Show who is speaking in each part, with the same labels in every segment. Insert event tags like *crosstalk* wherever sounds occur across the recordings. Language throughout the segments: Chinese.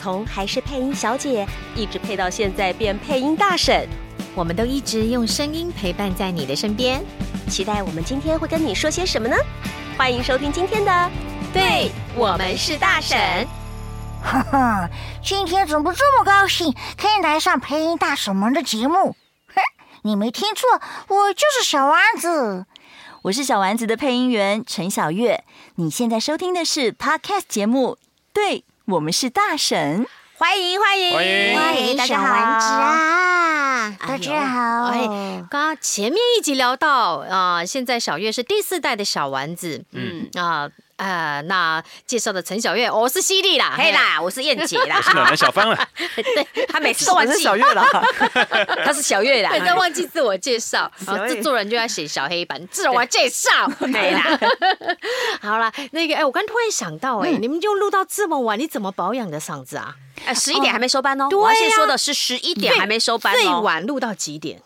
Speaker 1: 从还是配音小姐，一直配到现在变配音大婶，
Speaker 2: 我们都一直用声音陪伴在你的身边。
Speaker 1: 期待我们今天会跟你说些什么呢？欢迎收听今天的，
Speaker 2: 对我们是大婶。
Speaker 3: 哈哈，嗯今天怎么这么高兴，可以来上配音大婶们的节目？哼，你没听错，我就是小丸子。
Speaker 4: 我是小丸子的配音员陈小月。你现在收听的是 Podcast 节目，对我们是大婶，
Speaker 1: 欢迎欢迎
Speaker 5: 欢迎
Speaker 3: 大家好，小丸子啊，
Speaker 2: 哎
Speaker 3: 大
Speaker 2: 呦
Speaker 3: 家好。
Speaker 2: 哎刚刚前面一集聊到啊、呃现在小月是第四代的小丸子，嗯啊啊、呃那介绍的陈小月，我、是犀利
Speaker 1: *laughs*
Speaker 2: 啦，
Speaker 1: 可以，啦，我是燕姐啦
Speaker 5: 我，是暖男小啊芳
Speaker 6: *laughs*
Speaker 5: 了，
Speaker 2: 对，
Speaker 1: 她每次都忘
Speaker 4: 我是
Speaker 1: 记，
Speaker 4: 小月
Speaker 1: *laughs*
Speaker 4: 了。
Speaker 1: 她是小月啦
Speaker 2: 对，，但啊忘记自我介绍，然
Speaker 4: 小
Speaker 2: 后
Speaker 4: 月
Speaker 2: 制作人就要写小黑板，自我介绍，
Speaker 1: *laughs*
Speaker 2: 对啦，好啦，那个哎、我刚突然想到、
Speaker 1: 嗯
Speaker 2: 哎、你们就录到这么晚，你怎么保养的嗓子啊？
Speaker 1: 哎，十一点还没收班哦。
Speaker 2: 对呀
Speaker 1: 我要先说的是十一点还没收班
Speaker 2: 最
Speaker 1: 哦。
Speaker 2: 晚录到几点？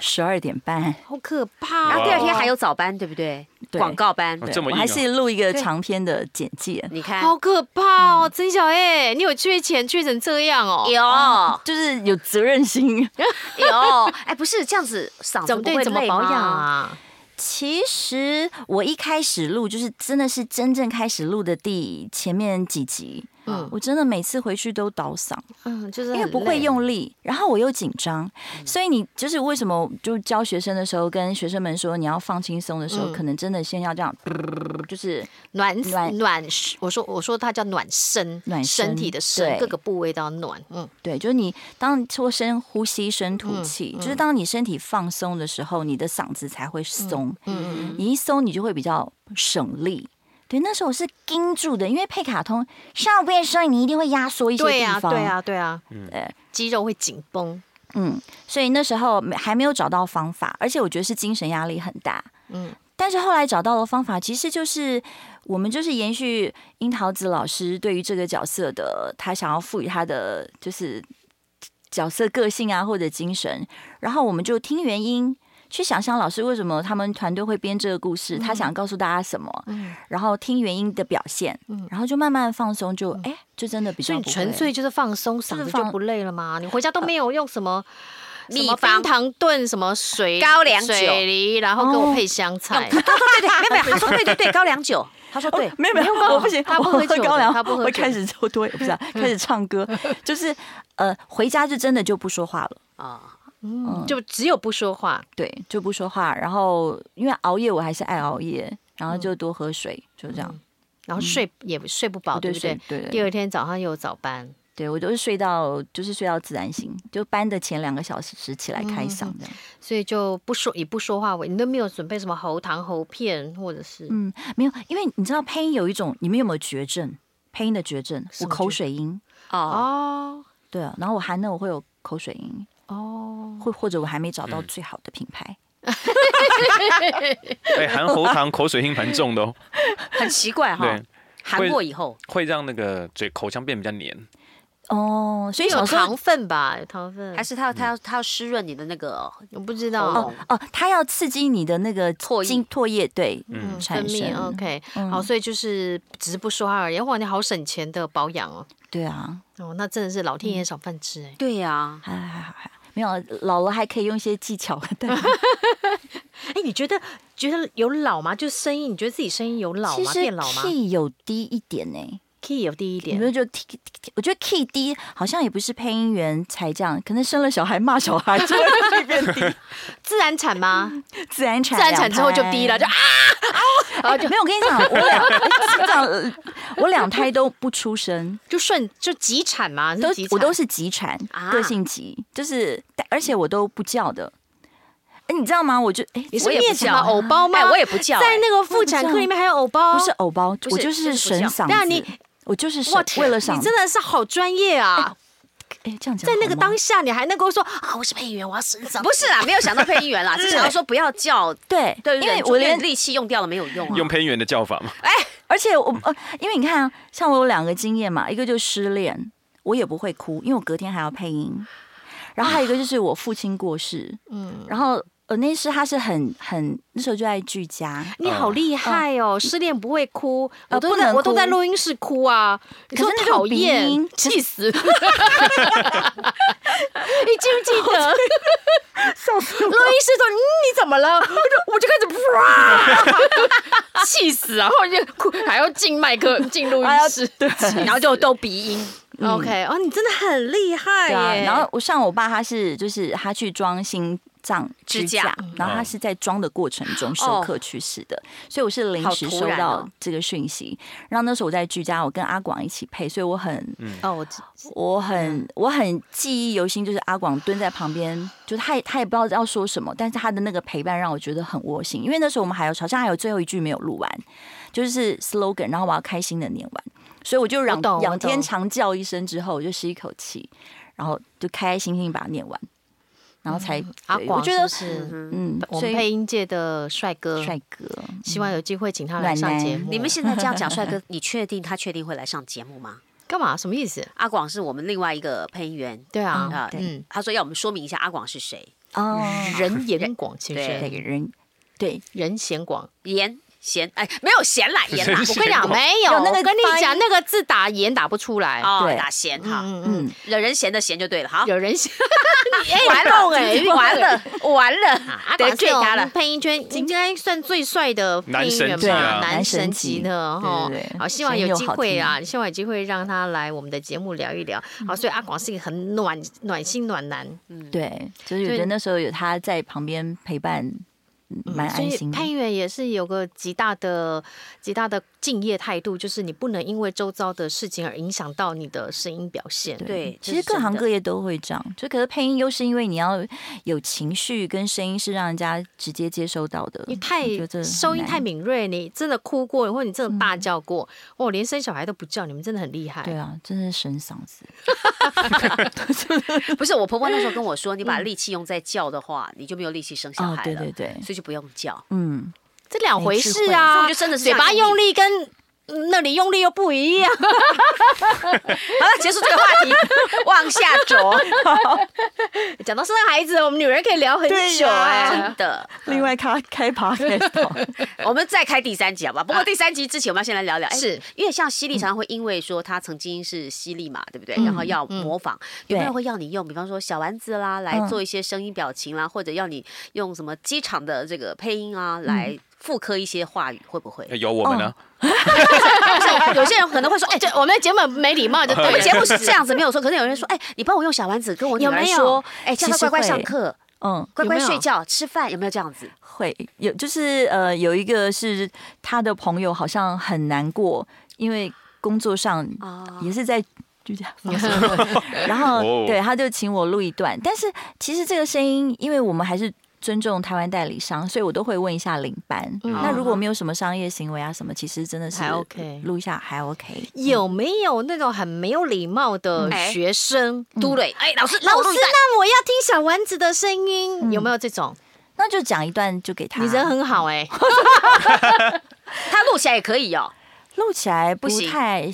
Speaker 4: 十二点半，
Speaker 2: 好可怕、
Speaker 1: 然
Speaker 2: 哦！
Speaker 1: 后第二天还有早班，对不对？
Speaker 4: 对
Speaker 1: 广告班，
Speaker 5: 这么
Speaker 4: 我
Speaker 5: 硬、
Speaker 4: 还
Speaker 5: 啊。
Speaker 4: 是录一个长篇的简介，
Speaker 1: 你看
Speaker 2: 好可怕哦，陈小哎，你有缺钱缺成这样哦？
Speaker 1: 有
Speaker 4: 就是有责任心。 *laughs*
Speaker 1: 有，哎，不是这样子，嗓子
Speaker 2: 怎么
Speaker 1: 不
Speaker 2: 对
Speaker 1: 会
Speaker 2: 怎么
Speaker 1: 累
Speaker 2: 保
Speaker 1: 吗
Speaker 2: 养？啊？
Speaker 4: 其实我一开始录，就是真的是真正开始录的第前面几集，
Speaker 2: 嗯
Speaker 4: 我真的每次回去都倒嗓。
Speaker 2: 嗯，就是
Speaker 4: 因为
Speaker 2: 很
Speaker 4: 不会
Speaker 2: 累
Speaker 4: 用力，然后我又紧张，所以你就是为什么就教学生的时候跟学生们说你要放轻松的时候，
Speaker 2: 嗯
Speaker 4: 可能真的先要这样，就是
Speaker 2: 暖暖
Speaker 4: 暖
Speaker 2: 我说我说它叫暖身，
Speaker 4: 暖身
Speaker 2: 身体的身，
Speaker 4: 对
Speaker 2: 各个部位都要暖。嗯，
Speaker 4: 对，就是你当做深呼吸、深吐气，
Speaker 2: 嗯
Speaker 4: 就是当你身体放松的时候，你的嗓子才会松，嗯，你一松你就会比较省力。对，那时候我是盯住的，因为配卡通
Speaker 3: 像变声，你一定会压缩
Speaker 4: 多一些
Speaker 2: 对呀，
Speaker 4: 地方，
Speaker 2: 对呀，对呀，
Speaker 4: 对
Speaker 2: 肌肉会紧绷。
Speaker 4: 嗯，所以那时候没还没有找到方法，而且我觉得是精神压力很大。
Speaker 2: 嗯
Speaker 4: 嗯，但是后来找到了方法，其实就是我们就是延续樱桃子老师对于这个角色的他想要赋予他的就是角色个性啊或者精神，然后我们就听原因。去想想老师为什么他们团队会编这个故
Speaker 2: 嗯
Speaker 4: 事，他想告诉大家什么，然后听原因的表现，然后就慢慢放松，就哎、就真的比
Speaker 2: 嗯所
Speaker 4: 较
Speaker 2: 以你
Speaker 4: 不
Speaker 2: 纯
Speaker 4: 会
Speaker 2: 粹就是放松，嗓子
Speaker 4: 是
Speaker 2: 就
Speaker 4: 放呃
Speaker 2: 不累了吗？你回家都没有用什么什么
Speaker 1: 秘方
Speaker 2: 冰糖炖什么水
Speaker 1: 高粱酒
Speaker 2: 水梨，然后给
Speaker 4: 哦
Speaker 2: 我配香菜。
Speaker 1: 对对对，没有没有，他说对对对，高粱酒， *laughs* 他说对，
Speaker 4: 没有没有，
Speaker 2: 吗
Speaker 4: 我不行，
Speaker 2: 他不
Speaker 4: 我
Speaker 2: 喝
Speaker 4: 喝
Speaker 2: 酒的
Speaker 4: 高粱，
Speaker 2: 他不喝
Speaker 4: 会
Speaker 2: 酒
Speaker 4: 开始抽多，不是、啊、开始唱歌，
Speaker 2: *laughs*
Speaker 4: 就是呃，回家就真的就不说话了，
Speaker 1: 啊，
Speaker 2: 嗯，就只有不说话。
Speaker 4: 对，就不说话。然后因为熬夜，我还是爱熬夜，然后
Speaker 2: 嗯
Speaker 4: 就多喝水，就这样。
Speaker 2: 然后睡也睡不饱，
Speaker 4: 我
Speaker 2: 嗯对
Speaker 4: 嗯对
Speaker 2: 不对？
Speaker 4: 睡对
Speaker 2: 第二天早上又有早班，
Speaker 4: 对我都是睡到就是睡到自然醒，就班的前两个小时起来开
Speaker 2: 嗯
Speaker 4: 嗓这样。
Speaker 2: 所以就不说以不说话为，你都没有准备什么喉糖、喉片，或者是
Speaker 4: 嗯，没有，因为你知道配音有一种，你们有没有绝症？配音的绝症，
Speaker 2: 什
Speaker 4: 我
Speaker 2: 么
Speaker 4: 口
Speaker 2: 绝
Speaker 4: 水音，
Speaker 1: 哦，
Speaker 2: 哦
Speaker 4: 对啊，然后我含那我会有口水音，
Speaker 2: 哦，
Speaker 4: 或或者我还没找到最好的品牌。
Speaker 5: 哎、含喉糖口水音蛮重的哦，
Speaker 1: 很奇怪哈
Speaker 5: 对，，
Speaker 1: 韩国以后
Speaker 5: 会让那个嘴口腔变比较黏。
Speaker 4: 哦，所以
Speaker 2: 有
Speaker 4: 小时候
Speaker 2: 糖分吧，有糖分
Speaker 1: 还是他要他要他要湿润你的那个
Speaker 2: 我不知
Speaker 1: 哦
Speaker 2: 道。
Speaker 4: 哦，它要刺激你的那个
Speaker 1: 唾液
Speaker 4: 精唾液，对，
Speaker 2: 嗯，分
Speaker 4: 产
Speaker 2: 泌
Speaker 4: 生
Speaker 2: OK，、
Speaker 4: 嗯
Speaker 2: 好，所以就是只是不说话而已。哇，你好省钱的保养哦，
Speaker 4: 对啊，
Speaker 2: 哦，那真的是老天
Speaker 4: 嗯
Speaker 2: 爷赏饭吃哎、
Speaker 1: 对呀，
Speaker 4: 还还还还没有老了还可以用一些
Speaker 2: *laughs*
Speaker 4: 技巧，但
Speaker 2: 哎、你觉得觉得有老吗？就声音，你觉得自己声音有老
Speaker 4: 其
Speaker 2: 吗？
Speaker 4: 实
Speaker 2: 变老吗
Speaker 4: key 有低一点呢、
Speaker 2: ？Key 有低一
Speaker 4: 你
Speaker 2: 点，
Speaker 4: 们就 key，我觉得 key 低好像也不是配音员才这样，可能生了小孩骂小孩就会 key 变低，
Speaker 2: 自然产吗？
Speaker 4: *laughs* 自然产哦
Speaker 2: 自然产之后就低了，就啊，然后就
Speaker 4: 没有，我跟你
Speaker 2: *laughs*
Speaker 4: 讲，我两是这样呃我两胎都不出声，
Speaker 2: 就顺就急产嘛，
Speaker 4: 都
Speaker 2: 是急产
Speaker 4: 我都是急产
Speaker 1: 啊，
Speaker 4: 个性急，就是但而且我都不叫的。哎，你知道吗？我就哎，
Speaker 2: 你是
Speaker 4: 我也不
Speaker 2: 面子
Speaker 4: 叫
Speaker 2: 吗？
Speaker 4: 啊
Speaker 2: 偶包吗？
Speaker 1: 哎，我也不叫，
Speaker 2: 在
Speaker 1: 哎
Speaker 2: 那个妇产科里面还有偶包，
Speaker 4: 不是偶包，
Speaker 1: 不是
Speaker 4: 我就是
Speaker 1: 就是不
Speaker 4: 省
Speaker 1: 像
Speaker 4: 嗓
Speaker 2: 对啊
Speaker 4: 子。
Speaker 2: 你
Speaker 4: 我就是省
Speaker 2: 哇天
Speaker 4: 为了嗓
Speaker 2: 你
Speaker 4: 子
Speaker 2: 真，的是好专业啊！
Speaker 4: 哎，这样讲
Speaker 2: 在那个
Speaker 4: 好吗
Speaker 2: 当下，你还能够说啊，我是配音员，我要伸张。
Speaker 6: 不是啦，没有想到配音员啦，只是想要说不要叫，
Speaker 4: 对，
Speaker 6: 对不
Speaker 4: 因
Speaker 6: 对？
Speaker 4: 为我连
Speaker 6: 就力气用掉了没有用啊，
Speaker 5: 用配音员的叫法嘛，
Speaker 4: 而且我呃，因为你看、啊，像我有两个经验嘛，一个就是失恋，我也不会哭，因为我隔天还要配音。然后还有一个就是我父亲过世，嗯，然后呃那时他是很很那时候就在居家，
Speaker 2: *laughs* 你好厉害哦！失恋不会哭，
Speaker 4: 呃
Speaker 2: 我都
Speaker 4: 不
Speaker 2: 在
Speaker 4: 能
Speaker 2: 我都在
Speaker 4: 哭
Speaker 2: 录音室哭啊！你
Speaker 4: 可
Speaker 2: 说
Speaker 4: 是那种
Speaker 2: 讨
Speaker 4: 鼻
Speaker 2: 厌
Speaker 4: 音，
Speaker 2: 气死！ *laughs* 你记不记得？录音室说、嗯、你怎么了？我就我就开始哇， *laughs* 气死！然后就哭，还要进麦克进 *laughs* 录音室，
Speaker 6: 然后就都鼻音。
Speaker 2: *laughs* OK，哦，你真的很厉害
Speaker 4: 对啊。
Speaker 2: 耶！
Speaker 4: 然后我像我爸他是就是他去装心脏
Speaker 6: 支
Speaker 4: 支
Speaker 6: 架
Speaker 4: 架，然后他是在装的过程中休克去世的，所以我是临
Speaker 6: 哦好
Speaker 4: 时
Speaker 6: 突
Speaker 4: 收
Speaker 6: 然
Speaker 4: 到
Speaker 6: 哦
Speaker 4: 这个讯息。然后那时候我在居家，我跟阿广一起配，所以我很
Speaker 2: 哦，我知
Speaker 4: 我很我很记忆犹新，就是阿广蹲在旁边，就是他也他也不知道要说什么，但是他的那个陪伴让我觉得很窝心，因为那时候我们还有好像还有最后一句没有录完，就是 slogan，然后我要开心的念完，所以我就
Speaker 2: 我
Speaker 4: 仰
Speaker 2: 懂我
Speaker 4: 仰天
Speaker 2: 懂
Speaker 4: 长叫一声之后，我就吸一口气，然后就开开心心把它念完，然后才、
Speaker 2: 嗯阿
Speaker 4: 对
Speaker 2: 广
Speaker 4: 我觉得
Speaker 2: 是不是
Speaker 4: 嗯，
Speaker 2: 我
Speaker 4: 所
Speaker 2: 们
Speaker 4: 以
Speaker 2: 配音界的帅哥，
Speaker 4: 帅哥
Speaker 2: 希望有机会请他来
Speaker 4: 暖
Speaker 2: 上
Speaker 4: 男
Speaker 2: 节目。
Speaker 6: 你们现在这样讲，帅哥，你确定他确定会来上节目吗？
Speaker 2: 干嘛？什么意思？
Speaker 6: 阿广是我们另外一个配音员
Speaker 2: 对啊，
Speaker 6: 啊， *laughs*
Speaker 2: 嗯，
Speaker 6: 他说要我们说明一下阿广是谁，
Speaker 4: 哦，
Speaker 2: 人言广先
Speaker 6: 对
Speaker 4: 对
Speaker 2: 生，
Speaker 4: 人对
Speaker 2: 人贤广。
Speaker 6: 严贤哎，没有贤啦，严啦
Speaker 5: 人，
Speaker 2: 我
Speaker 5: 贤
Speaker 2: 跟你讲，
Speaker 5: 广
Speaker 2: 没有，
Speaker 4: 有那个
Speaker 2: 我跟你
Speaker 4: 发音
Speaker 2: 讲，那个字打言打不出来。
Speaker 6: 哦，
Speaker 4: 对
Speaker 6: 打贤哈，
Speaker 2: 嗯嗯，
Speaker 4: 嗯，
Speaker 6: 惹人嫌的嫌就对了，好，
Speaker 2: 有人贤，
Speaker 6: 完
Speaker 1: *laughs*
Speaker 6: 了哎，完了完
Speaker 2: 啊
Speaker 6: 了，得罪他了。
Speaker 2: 哦配音圈应该算最帅的配音员
Speaker 5: *laughs* 男神级
Speaker 2: 吧，
Speaker 5: 啊
Speaker 2: 男神级的
Speaker 4: 男神级
Speaker 2: 哈
Speaker 4: 对对。对
Speaker 2: 好，希望
Speaker 4: 声音
Speaker 2: 有
Speaker 4: 又
Speaker 2: 机
Speaker 4: 好
Speaker 2: 会
Speaker 4: 听
Speaker 2: 啊，希望有机会让他来我们的节目聊一聊。好，所以阿广是一个很暖暖心暖男，
Speaker 4: 嗯对，就是我
Speaker 2: 所以
Speaker 4: 觉得那时候有他在旁边陪伴，嗯
Speaker 2: 嗯
Speaker 4: 蛮
Speaker 2: 所
Speaker 4: 安
Speaker 2: 以
Speaker 4: 心的。
Speaker 2: 配音员也是有个极大的、极大的敬业态度，就是你不能因为周遭的事情而影响到你的声音表现。
Speaker 6: 对，
Speaker 4: 嗯其实
Speaker 6: 这是
Speaker 4: 各行
Speaker 6: 真的
Speaker 4: 各业都会这样，就可是配音又是因为你要有情绪跟声音是让人家直接接收到的，
Speaker 2: 因为
Speaker 4: 我觉得这
Speaker 2: 太
Speaker 4: 很
Speaker 2: 收音
Speaker 4: 难
Speaker 2: 太敏锐，你真的哭过，或者你真的大叫过，哦，连生小孩都不叫，你们真的很厉害。
Speaker 4: 对啊，真的是神嗓子，
Speaker 6: 不是我婆婆那时候跟
Speaker 4: *laughs*
Speaker 6: 我说，你把力气用在叫的话，你就没有力气生小
Speaker 4: 嗯哦，
Speaker 6: 孩
Speaker 4: 对
Speaker 6: 了
Speaker 4: 对，对，
Speaker 6: 所以就不用叫。
Speaker 4: 嗯，
Speaker 2: 这两回事啊，
Speaker 6: 所以我就真的是
Speaker 2: 嘴巴
Speaker 6: 像
Speaker 2: 用力跟嗯那里用力又不一样。
Speaker 6: 好了，结束这个话题， *laughs* 往下走，
Speaker 2: 讲到生孩子，我们女人可以聊很久哎
Speaker 6: 真。的。
Speaker 4: 另外他 *laughs* 开哦爬开
Speaker 6: 我们再开第三集好吧？不过第三集之前，我们要先来聊聊，哎
Speaker 2: 是
Speaker 6: 因为像犀利常常会因为说他曾经是犀利嘛，对不对？然后要模仿，有没有
Speaker 4: 对
Speaker 6: 会要你用，比方说小丸子啦，来
Speaker 4: 嗯
Speaker 6: 做一些声音表情啦，或者要你用什么机场的这个配音啊，来复刻一些话语，会不会？
Speaker 5: 有我
Speaker 6: 哦
Speaker 5: 们呢，啊
Speaker 6: *laughs* 有些人可能会说，
Speaker 2: *laughs*
Speaker 6: 哎，
Speaker 2: 这我们的节目很没礼貌
Speaker 6: *laughs*
Speaker 2: 就
Speaker 6: 我
Speaker 2: 对
Speaker 6: 们
Speaker 2: 了。
Speaker 6: 节目是这样子，没有错。可能有人说，哎，你帮我用小丸子跟我女
Speaker 2: 有
Speaker 6: 儿
Speaker 2: 没有
Speaker 6: 说，哎，叫她
Speaker 4: 其实
Speaker 6: 乖乖上
Speaker 4: 会
Speaker 6: 课，
Speaker 4: 嗯，
Speaker 6: 乖
Speaker 2: 有
Speaker 6: 乖
Speaker 2: 没有
Speaker 6: 睡觉、吃饭，有没有这样子？
Speaker 4: 会有就是呃，有一个是他的朋友好像很难过，因为工作上
Speaker 6: 啊
Speaker 4: 也是在
Speaker 2: *laughs*
Speaker 4: 居家 *laughs* 放松，然后
Speaker 5: 哦
Speaker 4: 对他就请我录一段，但是其实这个声音，因为我们还是。尊重台湾代理商，所以我都会问一下领班。那如果没有什么商业行为啊什么，其实真的是
Speaker 2: 嗯还 OK
Speaker 4: 录一下还 OK。
Speaker 2: 有没有那种很没有礼貌的
Speaker 6: 哎
Speaker 2: 学生？
Speaker 6: 嘟嘞，哎，老师，
Speaker 2: 老
Speaker 6: 老
Speaker 2: 师，
Speaker 6: 师，
Speaker 2: 那我要听小丸子的声音，有没有这种？
Speaker 4: 那就讲一段就给他。
Speaker 2: 你人很好哎，
Speaker 6: 他录起来也可以哦。
Speaker 4: 录起来不
Speaker 6: 行
Speaker 4: 太，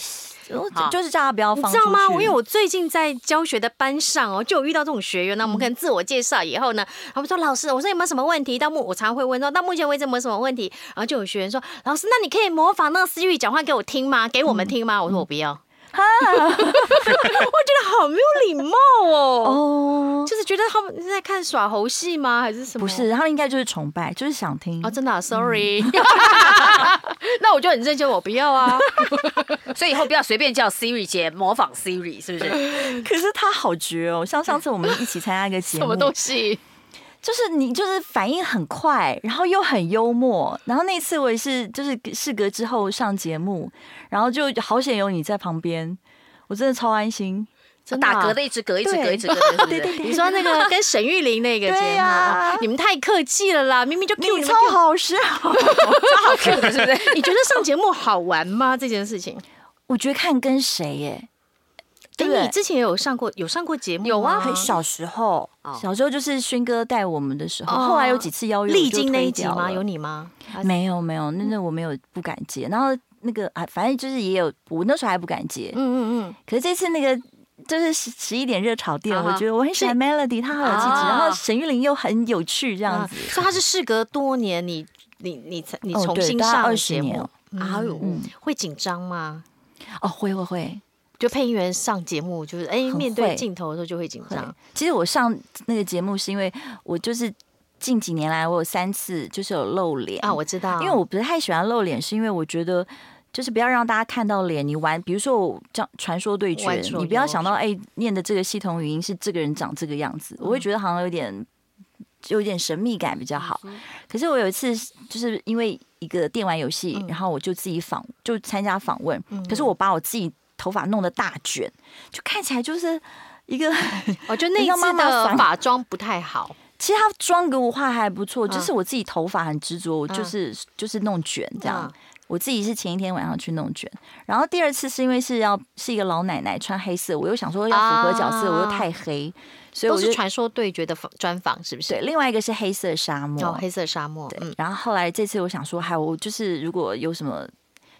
Speaker 4: 我
Speaker 6: 好
Speaker 4: 就是叫他不要
Speaker 2: 你
Speaker 4: 放
Speaker 2: 知道吗？
Speaker 4: 出
Speaker 2: 我
Speaker 4: 去
Speaker 2: 因为我最近在教学的班上哦，就有遇到这种学员，那我们可能自我介绍以后呢，他们说老师，我说有没有什么问题？到目我常会问说，到目前为止有没有什么问题？然后就有学员说，老师，那你可以模仿那个思域讲话给我听吗？给我们听吗？我说我不要， *laughs* 我觉嗯得好没有礼貌哦。 *laughs*
Speaker 4: 哦，
Speaker 2: 就是觉得他们是在看耍猴戏吗？还是什么？
Speaker 4: 不是，他们应该就是崇拜，就是想听
Speaker 2: 哦，。真的、啊、，sorry。那我就很认真，我不要 *laughs* 啊。
Speaker 6: 所以以后不要随便叫 Siri 姐模仿 Siri，是不是？
Speaker 4: 可是他好绝哦，像上次我们一起参加一个
Speaker 2: *laughs*
Speaker 4: 节
Speaker 2: 什
Speaker 4: 目
Speaker 2: 么，东西？
Speaker 4: 就是你就是反应很快，然后又很幽默，然后那次我也是就是事隔之后上节目，然后就好险有你在旁边，我真的超安心。
Speaker 2: *laughs* 真的啊
Speaker 6: 打嗝的一直嗝，一直嗝，
Speaker 4: 对
Speaker 6: 一直嗝，对对
Speaker 2: 你说那个跟沈玉玲那个节
Speaker 4: 对
Speaker 2: 目，哦
Speaker 4: 呀
Speaker 2: 你们太客气了啦！明明就 Q
Speaker 4: 你
Speaker 2: 们
Speaker 4: 超
Speaker 2: *laughs*
Speaker 4: 好笑，
Speaker 6: 超好 Q 的，是不是？
Speaker 2: Q 你觉得上节目好玩吗？这件事情
Speaker 4: 我觉得看跟谁耶、
Speaker 2: 哎，
Speaker 4: 对啊
Speaker 2: 你之前有上过有上过节目吗？
Speaker 6: 有啊
Speaker 4: 很小时候
Speaker 6: 哦，
Speaker 4: 小时候就是轩哥带我们的时候，
Speaker 2: 哦
Speaker 4: 后来有几次邀约，
Speaker 2: 历
Speaker 4: 我就
Speaker 2: 经那
Speaker 4: 推
Speaker 2: 一集
Speaker 4: 掉
Speaker 2: 吗？
Speaker 4: 了
Speaker 2: 有你吗？
Speaker 4: 没有没有，那那我没有不敢接，然后那个啊，反正就是也有，我那时候还不敢接，
Speaker 2: 嗯嗯
Speaker 4: 可是这次那个。就是十十一点热炒店
Speaker 6: 啊哈
Speaker 4: 我觉得我很喜欢 Melody，她好有气质，
Speaker 6: 啊
Speaker 4: 然后沈玉琳又很有趣，
Speaker 2: 嗯，
Speaker 4: 这样
Speaker 2: 啊
Speaker 4: 子。
Speaker 2: 所以他是事隔多年，你你你才你
Speaker 4: 哦
Speaker 2: 重
Speaker 4: 对
Speaker 2: 新
Speaker 4: 大概
Speaker 2: 上了
Speaker 4: 20
Speaker 2: 节
Speaker 4: 年
Speaker 2: 目
Speaker 4: 了，
Speaker 6: 哎呦
Speaker 2: 嗯，会紧张吗？
Speaker 4: 哦，会会会
Speaker 2: 就配音员上节目，就是哎，
Speaker 4: 很
Speaker 2: 面对
Speaker 4: 会
Speaker 2: 镜头的时候就会紧
Speaker 4: 会
Speaker 2: 张。。
Speaker 4: 其实我上那个节目是因为我就是近几年来我有三次就是有露脸
Speaker 2: 啊，我知道，
Speaker 4: 因为我不太喜欢露脸，是因为我觉得就是不要让大家看到脸。你玩，比如说我这样传说对决
Speaker 2: 玩，手游
Speaker 4: 你不要想到哎、念的这个系统语音是这个人长这个样子，我会觉得好像有点有点神秘感比较好。可是我有一次就是因为一个电玩游戏，然后我就自己访就参加访问，可是我把我自己头发弄得大卷，就看起来就是。一个，
Speaker 2: 我觉得那一
Speaker 4: 让妈
Speaker 2: 次
Speaker 4: 妈
Speaker 2: 的
Speaker 4: 烦
Speaker 2: 法妆不太好，
Speaker 4: 其实他妆给我画还不
Speaker 2: 嗯
Speaker 4: 错，就是我自己头发很执着，我就
Speaker 2: 嗯
Speaker 4: 是、就是弄卷这样
Speaker 2: 嗯。
Speaker 4: 我自己是前一天晚上去弄卷，然后第二次是因为是要是一个老奶奶穿黑色，我又想说要符合角色，
Speaker 2: 啊
Speaker 4: 我又太黑，所以
Speaker 2: 都
Speaker 4: 我就是
Speaker 2: 传说对决的访专访，是不是？
Speaker 4: 对。另外一个是黑色沙漠，
Speaker 2: 哦，黑色沙漠，
Speaker 4: 对。
Speaker 2: 嗯，
Speaker 4: 然后后来这次我想说，还我就是如果有什么。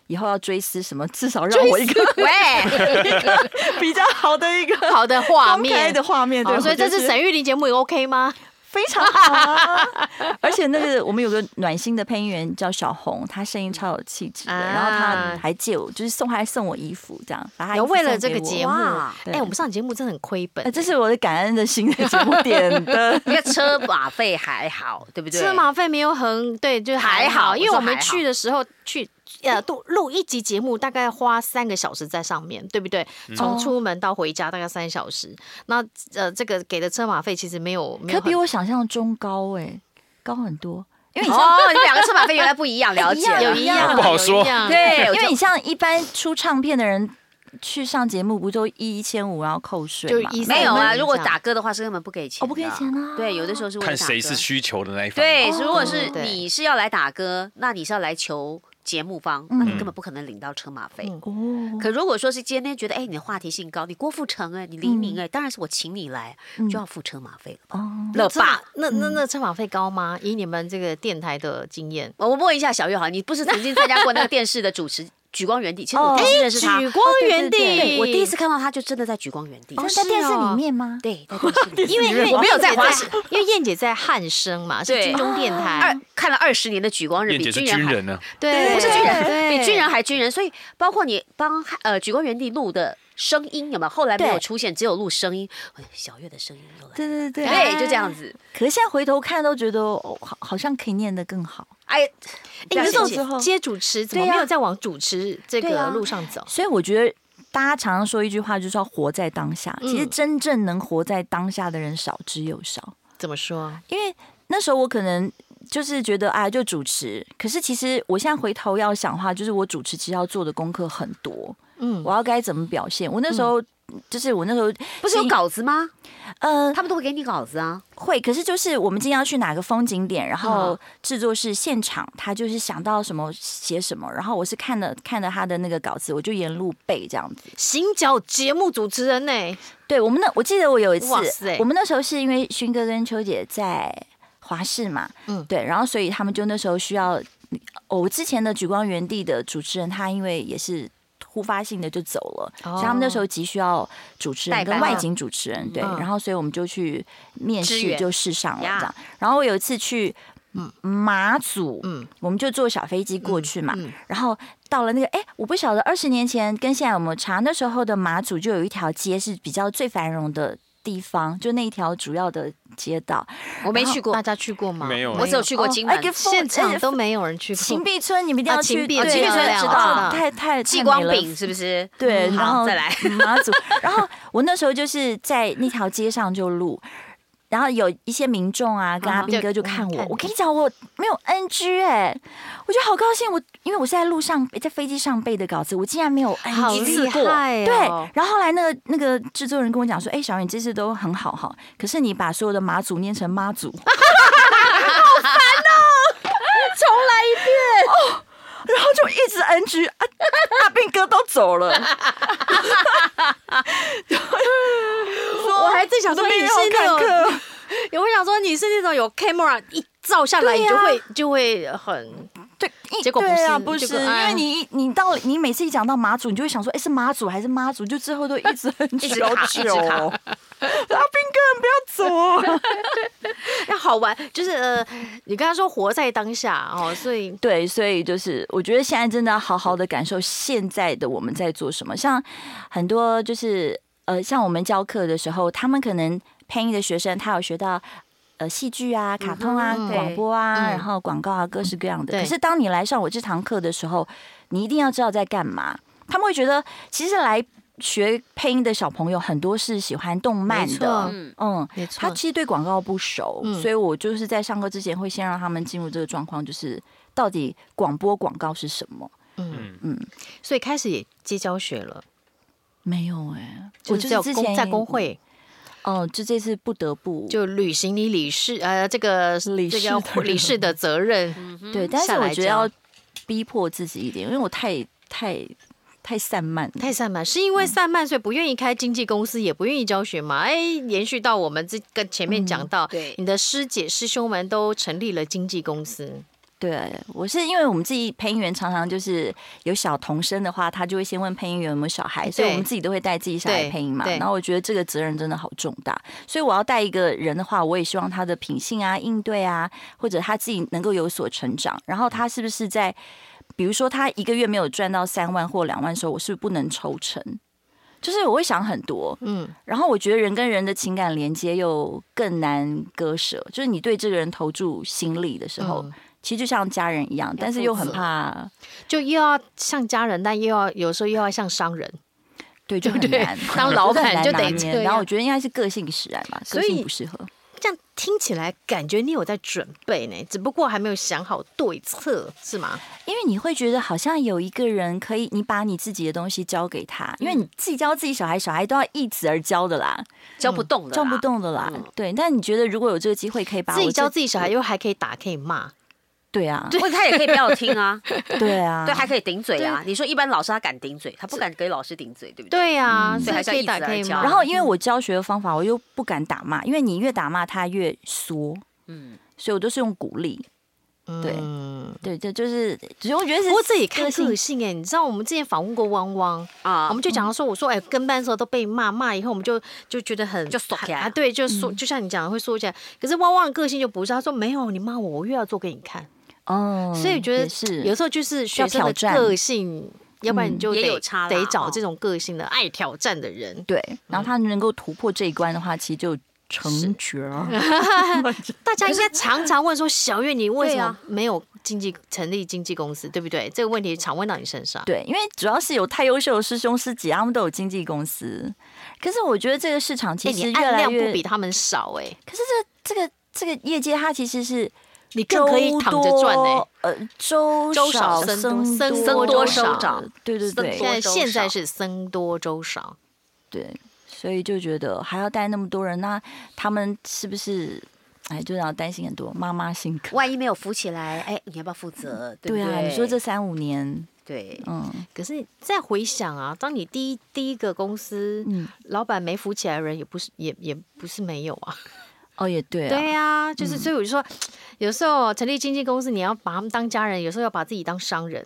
Speaker 4: 以后要追思什么，至少让我一个
Speaker 2: 喂，
Speaker 4: *laughs* 比较好的一个
Speaker 2: 好
Speaker 4: *laughs*
Speaker 2: 的画
Speaker 4: 公开
Speaker 2: 面
Speaker 4: 的。画面，对，
Speaker 2: 哦所以
Speaker 4: 我就
Speaker 2: 这次沈玉琳节目也 OK 吗？
Speaker 4: 非常好、啊。 *laughs* 而且那个我们有个暖心的配音员叫小红，她声音超有气质的，
Speaker 2: 啊
Speaker 4: 然后她还借我，就是送她还送我衣服这样，把她衣服
Speaker 2: 为了
Speaker 4: 送
Speaker 2: 这
Speaker 4: 给
Speaker 2: 个
Speaker 4: 我
Speaker 2: 节目，
Speaker 6: 哇。
Speaker 2: 哎，我们上节目真的很亏本
Speaker 4: 呃，，这是我的感恩的心的节目点
Speaker 2: *laughs*
Speaker 4: 的
Speaker 6: 那个车马费还好，对不对？哦
Speaker 2: 车马费没有很对，就
Speaker 6: 还
Speaker 2: 还
Speaker 6: 好
Speaker 2: 好，因为
Speaker 6: 我说
Speaker 2: 我们
Speaker 6: 还好
Speaker 2: 去的时候去。呃，录录一集节目大概花三个小时在上面，对不对？
Speaker 4: 嗯哦
Speaker 2: 从出门到回家大概三小时。那呃，这个给的车马费其实没有，没有
Speaker 4: 可比
Speaker 2: 很
Speaker 4: 我想象中高哎、高很多，因为你像。
Speaker 6: 哦，你们两个车马费原来不一样，了解
Speaker 2: *laughs* 有
Speaker 6: 了
Speaker 2: 一
Speaker 4: 一样
Speaker 2: 样
Speaker 5: 不好说
Speaker 2: 有一样
Speaker 4: *laughs*
Speaker 6: 对，
Speaker 4: 因为你像一般出唱片的人去上节目，不都一千五然后扣
Speaker 2: 就
Speaker 4: 税嘛？
Speaker 2: 一
Speaker 6: 没有啊，如果
Speaker 2: 打。
Speaker 6: 打歌的话是根本不给钱，
Speaker 4: 哦不给钱啊
Speaker 6: 对，有的时候是为了
Speaker 5: 看
Speaker 6: 打
Speaker 5: 谁
Speaker 6: 歌
Speaker 5: 是需求的那一方。
Speaker 6: 对，如果
Speaker 2: 对
Speaker 6: 是
Speaker 2: 哦对
Speaker 6: 你是要来打歌，那你是要来求节目方，
Speaker 2: 嗯
Speaker 6: 那你根本不可能领到车马费。
Speaker 4: 哦，
Speaker 6: 可如果说是今天觉得，哎，你的话题性高，你郭富城哎，你黎明哎，当然是我请你来，就要付车马费了吧？
Speaker 4: 哦，
Speaker 6: 了
Speaker 2: 车马
Speaker 6: 吧？
Speaker 2: 嗯那那那车马费高吗？以你们这个电台的经验，
Speaker 6: 我我问一下小月好，你不是曾经参加过那个电视的主持《举光原地》？其实我
Speaker 4: 哦
Speaker 6: 第一次认识他，
Speaker 2: 举光原地，
Speaker 6: 对我第一次看到他就真的在举光原地，
Speaker 2: 哦
Speaker 3: 在电视里面吗？
Speaker 6: 哦对，在电视里面，
Speaker 2: 因为因为
Speaker 6: 我没有在
Speaker 2: 燕姐
Speaker 6: 花市，
Speaker 2: 因为燕姐在汉声嘛，是
Speaker 6: 对
Speaker 2: 军中电台
Speaker 6: 二，看了二十年的举光人
Speaker 5: 燕
Speaker 6: 比
Speaker 5: 姐是
Speaker 6: 军人
Speaker 5: 军
Speaker 6: 还
Speaker 5: 人啊呢，
Speaker 2: 对，
Speaker 6: 不是军人，
Speaker 2: 对
Speaker 6: 比军人还军人。所以包括你帮呃举光原地录的声音有没有？后来没有
Speaker 4: 对
Speaker 6: 出现，只有录声音。哎小月的声音又来了，
Speaker 4: 对对对
Speaker 6: 对，就这样子。
Speaker 4: 可是现在回头看都觉得，哦，好，好像可以念得更好。
Speaker 6: 哎，
Speaker 2: 哎，你
Speaker 6: 这
Speaker 2: 那时
Speaker 6: 样
Speaker 2: 候
Speaker 6: 子
Speaker 4: 之后
Speaker 2: 接主持，怎么
Speaker 6: 对啊
Speaker 2: 没有再往主持这
Speaker 6: 对
Speaker 2: 个
Speaker 6: 啊
Speaker 2: 路上走？
Speaker 4: 所以我觉得大家常常说一句话，就是要活在当下。
Speaker 2: 嗯
Speaker 4: 其实真正能活在当下的人少之又少，
Speaker 2: 怎么说？
Speaker 4: 因为那时候我可能。就是觉得啊，就主持。可是其实我现在回头要想的话，就是我主持其实要做的功课很多，
Speaker 2: 嗯，
Speaker 4: 我要该怎么表现。我那时候、就是我那时候
Speaker 6: 不是有稿子吗？
Speaker 4: 呃
Speaker 6: 他们都会给你稿子啊。
Speaker 4: 会，可是就是我们今天要去哪个风景点，然
Speaker 2: 嗯
Speaker 4: 后制作是现场，他就是想到什么写什么，然后我是看了看了他的那个稿子，我就沿路背这样子。
Speaker 2: 行脚节目主持人呢？
Speaker 4: 对我们那，我记得我有一次
Speaker 2: 哇塞，
Speaker 4: 我们那时候是因为勋哥跟秋姐在华视嘛，
Speaker 2: 嗯
Speaker 4: 嗯，对，然后所以他们就那时候需要，哦、我之前的举光原地的主持人，他因为也是。突发性的就走了，
Speaker 2: 哦
Speaker 4: 所以他们那时候急需要主持人
Speaker 6: 代
Speaker 4: 跟
Speaker 6: 班
Speaker 4: 外景主持人，对，
Speaker 2: 嗯
Speaker 4: 然后所以我们就去面
Speaker 6: 支
Speaker 4: 试，
Speaker 6: 援
Speaker 4: 就试上了这
Speaker 6: 呀
Speaker 4: 样。然后我有一次去马祖，
Speaker 2: 嗯
Speaker 4: 我们就坐小飞机过去嘛，
Speaker 2: 嗯嗯
Speaker 4: 然后到了那个，哎，我不晓得二十年前跟现在有没有差。那时候的马祖就有一条街是比较最繁荣的地方，就那一条主要的街道，
Speaker 6: 我没去过
Speaker 2: 大，家去过吗？
Speaker 5: 没有
Speaker 6: 我只有去过金门
Speaker 4: 哎。给风
Speaker 2: 现场
Speaker 4: 哎
Speaker 2: 都没有人去
Speaker 4: 秦
Speaker 2: 过。
Speaker 4: 壁村，你们一定要
Speaker 2: 啊
Speaker 4: 去，哦
Speaker 2: 秦壁
Speaker 4: 对
Speaker 6: 秦壁村
Speaker 4: 对
Speaker 6: 知
Speaker 4: 知
Speaker 6: 道
Speaker 4: 道，太太
Speaker 6: 寄
Speaker 4: 太
Speaker 6: 光
Speaker 4: 美了
Speaker 6: 饼是不是？
Speaker 4: 对，
Speaker 6: 嗯
Speaker 4: 然
Speaker 6: 好
Speaker 4: 后
Speaker 6: 再来。
Speaker 4: 马祖，然后我那时候就是在那条街上就录。然后有一些民众啊，跟阿
Speaker 2: 嗯
Speaker 4: 斌
Speaker 2: 哼
Speaker 4: 哥
Speaker 2: 就
Speaker 4: 就看
Speaker 2: 嗯
Speaker 4: 我
Speaker 2: 看，
Speaker 4: 我跟你讲，我没有 NG 哎、我觉得好高兴，我因为我是在路上在飞机上背的稿子，我竟然没有
Speaker 2: 好
Speaker 4: NG
Speaker 2: 厉
Speaker 4: 次过，
Speaker 2: 害
Speaker 4: 对
Speaker 2: 哦，
Speaker 4: 然后后来那个那个制作人跟我讲说，哎、小雨你这次都很好哈，可是你把所有的马祖念成
Speaker 2: *laughs*
Speaker 4: 妈 *laughs* 祖，好烦哦，重来一遍。哦然后就一直 NG，啊，大兵哥都走了，
Speaker 2: 我还在想
Speaker 4: 我
Speaker 2: 说
Speaker 4: 都没
Speaker 2: 你
Speaker 4: 有
Speaker 2: 是
Speaker 4: 看
Speaker 2: 那种，
Speaker 4: 课，
Speaker 2: 我想说你是那种有 camera 一照下来，你就会就会很
Speaker 4: *laughs* 对，一
Speaker 2: 结果不
Speaker 4: 对啊，
Speaker 2: 是
Speaker 4: 不
Speaker 2: 结
Speaker 4: 是，
Speaker 2: 果
Speaker 4: 因
Speaker 2: 哎
Speaker 4: 为你一你到你每次一讲到马祖，你就会想说，哎，是马祖还是妈祖？就最后都一直很
Speaker 2: *laughs* 一
Speaker 4: 久
Speaker 2: 直哦
Speaker 4: 久，
Speaker 2: 卡一直卡
Speaker 4: *laughs* 阿兵哥不要走啊。
Speaker 2: 要好玩，就是呃，你跟他说活在当下哦，所以
Speaker 4: 对，所以就是我觉得现在真的要好好的感受现在的我们在做什么。像很多就是呃，像我们教课的时候，他们可能配音的学生他有学到。呃，戏剧啊，卡通啊，
Speaker 2: 嗯哼
Speaker 4: 广播啊，
Speaker 2: 对嗯
Speaker 4: 然后广告啊，各式各样的。
Speaker 2: 对
Speaker 4: 可是当你来上我这堂课的时候，你一定要知道在干嘛。他们会觉得，其实来学配音的小朋友很多是喜欢动
Speaker 2: 没
Speaker 4: 漫
Speaker 2: 错
Speaker 4: 的，
Speaker 6: 嗯，
Speaker 4: 嗯，
Speaker 2: 没
Speaker 4: 他其实对广告不熟，
Speaker 2: 嗯
Speaker 4: 所以我就是在上课之前会先让他们进入这个状况，就是到底广播广告是什么？
Speaker 2: 嗯，
Speaker 5: 嗯，
Speaker 4: 嗯，
Speaker 2: 所以开始也接教学了，
Speaker 4: 没有哎、
Speaker 2: 欸就
Speaker 4: 我
Speaker 2: 是
Speaker 4: 就
Speaker 2: 在
Speaker 4: 是之
Speaker 2: 工
Speaker 4: 前
Speaker 2: 在工会
Speaker 4: 哦、就这次不得不
Speaker 2: 就履行你理事呃这个
Speaker 4: 理
Speaker 2: 这
Speaker 4: 事
Speaker 2: 个
Speaker 4: 的嗯
Speaker 2: 理事的责任，
Speaker 4: 对，但是
Speaker 2: 嗯下来
Speaker 4: 我觉得
Speaker 2: 教
Speaker 4: 要逼迫自己一点，因为我太太太散漫了。
Speaker 2: 太散漫，是因
Speaker 4: 嗯
Speaker 2: 为散漫，所以不愿意开经纪公司，也不愿意教学嘛。哎，延续到我们这个前面
Speaker 4: 嗯
Speaker 2: 讲到，
Speaker 6: 对
Speaker 2: 你的师姐师兄们都成立了经纪公司，
Speaker 4: 对，我是因为我们自己配音员常常就是有小童声的话，他就会先问配音员有没有小孩，所以我们自己都会带自己小孩
Speaker 2: 对
Speaker 4: 配音嘛。
Speaker 2: 对
Speaker 4: 然后我觉得这个责任真的好重大，所以我要带一个人的话，我也希望他的品性啊、应对啊，或者他自己能够有所成长。然后他是不是在，比如说他一个月没有赚到三万或两万的时候，我是不是不能抽成？就是我会想很多，
Speaker 2: 嗯，
Speaker 4: 然后我觉得人跟人的情感连接又更难割舍，就是你对这个人投注心力的时候，
Speaker 2: 嗯
Speaker 4: 其实就像家人一样，但是又很怕，
Speaker 2: 就又要像家人，但又要有时候又要像商人，
Speaker 4: 对，就很
Speaker 2: 对
Speaker 4: 难。
Speaker 2: 当老板就
Speaker 4: 就
Speaker 2: 得
Speaker 4: 很难拿捏
Speaker 2: 这
Speaker 4: 然后
Speaker 2: 样
Speaker 4: 我。觉得应该是个性使然吧，
Speaker 2: 所
Speaker 4: 个
Speaker 2: 以
Speaker 4: 性不适合。
Speaker 2: 这样听起来感觉你有在准备呢，只不过还没有想好对策，是吗？
Speaker 4: 因为你会觉得好像有一个人可以，你把你自己的东西交给他，因为
Speaker 2: 嗯
Speaker 4: 你自己教自己小孩，小孩都要一子而教的啦，
Speaker 6: 教不动的，
Speaker 4: 教不。动的啦。对，但你觉得如果有这个机会，可以把
Speaker 2: 啊嗯自己
Speaker 4: 我这
Speaker 2: 教自己小
Speaker 6: 嗯
Speaker 2: 孩，又还可以打，可以骂，
Speaker 4: 对啊，
Speaker 6: 或者他也可以不要听啊，
Speaker 4: 对啊，
Speaker 6: 对，还可以顶嘴啊。你说一般老师他敢顶嘴，他不敢给老师顶嘴，对不对？啊
Speaker 2: 对呀、
Speaker 6: 所以还是
Speaker 2: 可
Speaker 6: 要
Speaker 2: 以
Speaker 6: 一
Speaker 2: 嗯
Speaker 6: 直
Speaker 2: 打，
Speaker 6: 来
Speaker 2: 可以
Speaker 6: 教
Speaker 2: 骂。
Speaker 4: 然后因为我教学的方法，我又不敢打骂，因为你越打骂他越缩，
Speaker 6: 嗯，
Speaker 4: 所以我都是用鼓励。对
Speaker 2: 嗯
Speaker 4: 对，这就是，只是我觉得是
Speaker 2: 不过这也看
Speaker 4: 个性
Speaker 2: 个性哎、你知道我们之前访问过汪汪，
Speaker 6: 啊，
Speaker 2: 我们就讲到说，我说哎、跟班的时候都被骂，骂以后我们就就觉得很
Speaker 6: 就缩起来嗯
Speaker 2: 啊，对，就缩，就像你讲的会缩起来。可是汪汪的个性就不是，他说没有，你骂我，我越要做给你看。
Speaker 4: 哦，
Speaker 6: 嗯
Speaker 2: 所以我觉得
Speaker 4: 也是
Speaker 2: 有时候就是学生
Speaker 4: 要
Speaker 2: 的
Speaker 4: 挑战
Speaker 2: 个性，要不然你就
Speaker 6: 也
Speaker 2: 得
Speaker 6: 有差啦
Speaker 2: 得找
Speaker 6: 哦
Speaker 2: 这种个性的爱挑战的人。
Speaker 4: 对，
Speaker 2: 嗯
Speaker 4: 然后他能够突破这一关的话，其实就成角儿。
Speaker 2: *laughs* 大家应该常常问说，小月你为什
Speaker 6: 对
Speaker 2: 么
Speaker 6: 啊
Speaker 2: 没有经纪成立经纪公司，对不对？这个问题常问到你身上。
Speaker 4: *laughs* 对，因为主要是有太优秀的师兄师姐，他们都有经纪公司。可是我觉得这个市场其
Speaker 2: 哎，
Speaker 4: 实
Speaker 2: 你
Speaker 4: 越
Speaker 2: 按
Speaker 4: 来
Speaker 2: 量
Speaker 4: 越，
Speaker 2: 不比他们少哎、
Speaker 4: 可是这这个这个业界它其实是
Speaker 2: 你更可以躺着赚哎、
Speaker 4: 周多呃，周
Speaker 2: 周少
Speaker 4: 少
Speaker 2: 僧多
Speaker 4: 僧
Speaker 2: 僧
Speaker 6: 多
Speaker 4: 多
Speaker 6: 周少
Speaker 4: 少，对对
Speaker 6: 僧
Speaker 4: 对
Speaker 6: 多
Speaker 2: 现在
Speaker 6: 周
Speaker 2: 现在
Speaker 6: 少
Speaker 2: 是僧多粥少，
Speaker 4: 对，所以就觉得还要带那么多人，那他们是不是哎，就要担心很多妈妈辛苦。
Speaker 6: 万一没有扶起来，哎，你要不要负责？对不
Speaker 4: 对
Speaker 6: 对
Speaker 4: 啊，你说这三五年，
Speaker 6: 对，
Speaker 4: 嗯
Speaker 2: 可是再回想啊，当你第一第一个公司、
Speaker 4: 嗯，
Speaker 2: 老板没扶起来的人，也不是也也不是没有啊。
Speaker 4: 哦也对啊，
Speaker 2: 对呀、就是所以我就说，有时候成立经纪公司，你要把他们当家人，有时候要把自己当商人，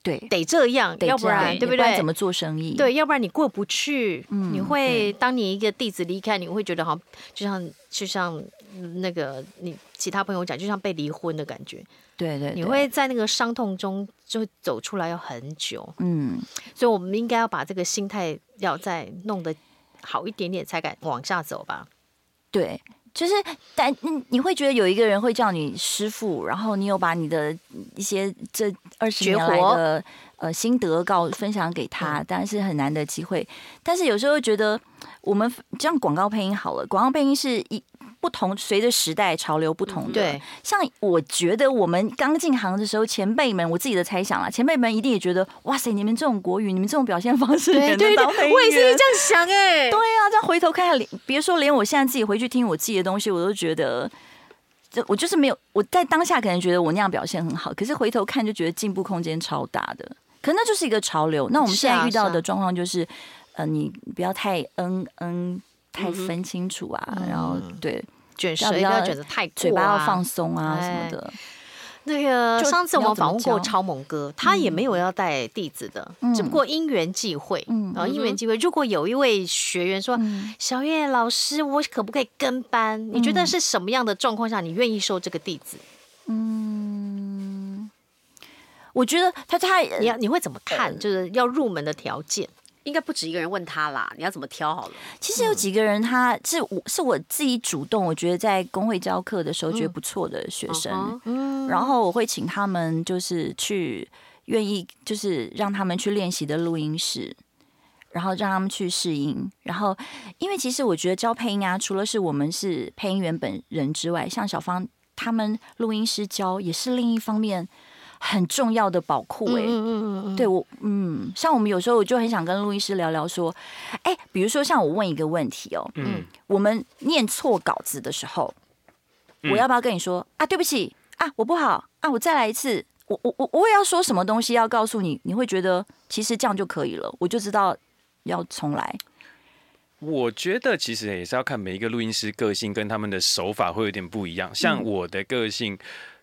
Speaker 4: 对，
Speaker 2: 得这样，
Speaker 4: 得
Speaker 2: 要不
Speaker 4: 这样
Speaker 2: 然对
Speaker 4: 不
Speaker 2: 对？
Speaker 4: 然怎么做生意？
Speaker 2: 对，要不然你过不去，
Speaker 4: 嗯
Speaker 2: 你会当你一个弟子离开，你会觉得好像就像就像嗯那个你其他朋友讲，就像被离婚的感觉，
Speaker 4: 对对，
Speaker 2: 你
Speaker 4: 对
Speaker 2: 会在那个伤痛中就走出来要很久，
Speaker 4: 嗯，
Speaker 2: 所以我们应该要把这个心态要再弄得好一点点，才敢往下走吧。
Speaker 4: 对。就是，但嗯你会觉得有一个人会叫你师傅，然后你有把你的一些这二十
Speaker 2: 绝
Speaker 4: 年来
Speaker 2: 活
Speaker 4: 的呃心得告分享给他，当然是很难的机会。但是有时候觉得，我们这样广告配音好了，广告配音是一不同，随着时代潮流不同的。
Speaker 2: 对，
Speaker 4: 像我觉得我们刚进行的时候，前辈们，我自己的猜想啦，前辈们一定也觉得，哇塞，你们这种国语，你们这种表现方式，
Speaker 2: 对
Speaker 4: 也能
Speaker 2: 对
Speaker 4: 当配
Speaker 2: 对，
Speaker 4: 音
Speaker 2: 我也是
Speaker 4: 员
Speaker 2: 这样想哎、
Speaker 4: 对啊，这样回头看看，连别说连我现在自己回去听我自己的东西，我都觉得就我就是没有，我在当下可能觉得我那样表现很好，可是回头看就觉得进步空间超大的，可那就是一个潮流。那我们
Speaker 2: 是
Speaker 4: 现
Speaker 2: 啊
Speaker 4: 在遇到
Speaker 2: 是
Speaker 4: 的
Speaker 2: 啊
Speaker 4: 状况就是，呃，你不要太嗯嗯。太
Speaker 6: 嗯哼
Speaker 4: 分清楚啊，
Speaker 2: 嗯
Speaker 4: 然后对
Speaker 2: 卷舌
Speaker 4: 要不
Speaker 2: 不要
Speaker 4: 要
Speaker 2: 卷得太过、啊，
Speaker 4: 嘴巴要放松啊什么
Speaker 2: 哎
Speaker 4: 的，
Speaker 2: 那个
Speaker 4: 就
Speaker 2: 上次我
Speaker 4: 你要
Speaker 2: 们
Speaker 4: 怎么
Speaker 2: 访问过
Speaker 4: 教
Speaker 2: 超萌哥，他也没有要带弟子的，只不
Speaker 4: 嗯
Speaker 2: 过因缘际会。
Speaker 4: 嗯
Speaker 2: 然后因
Speaker 6: 嗯哼
Speaker 2: 缘际会，如果有一位学员说：“小月老师，我可不可以跟班？”你觉得
Speaker 4: 嗯
Speaker 2: 是什么样的状况下你愿意收这个弟子？
Speaker 4: 我觉得他他呃
Speaker 2: 你要你会怎么看？就是要入门的条件，
Speaker 6: 应该不止一个人问他啦，你要怎么挑好了？
Speaker 4: 其实有
Speaker 2: 嗯
Speaker 4: 几个人他是我是我自己主动，我觉得在工会教课的时候觉得不错的学生，
Speaker 6: 嗯
Speaker 2: 嗯，
Speaker 4: 然后我会请他们就是去愿意就是让他们去练习的录音室，然后让他们去试音。然后因为其实我觉得教配音啊，除了是我们是配音员本人之外，像小芳他们录音师教也是另一方面很重要的宝库诶、
Speaker 2: 嗯嗯嗯，
Speaker 4: 对我，嗯，像我们有时候我就很想跟录音师聊聊说，哎、比如说像我问一个问题哦，
Speaker 5: 嗯，
Speaker 4: 我们念错稿子的时候，我要不要跟你说啊？对不起啊，我不好啊，我再来一次。我我我我也要说什么东西要告诉你，你会觉得其实这样就可以了，我就知道要重来。
Speaker 5: 我觉得其实也是要看每一个录音师个性跟他们的手法会有点不一样。像我的个性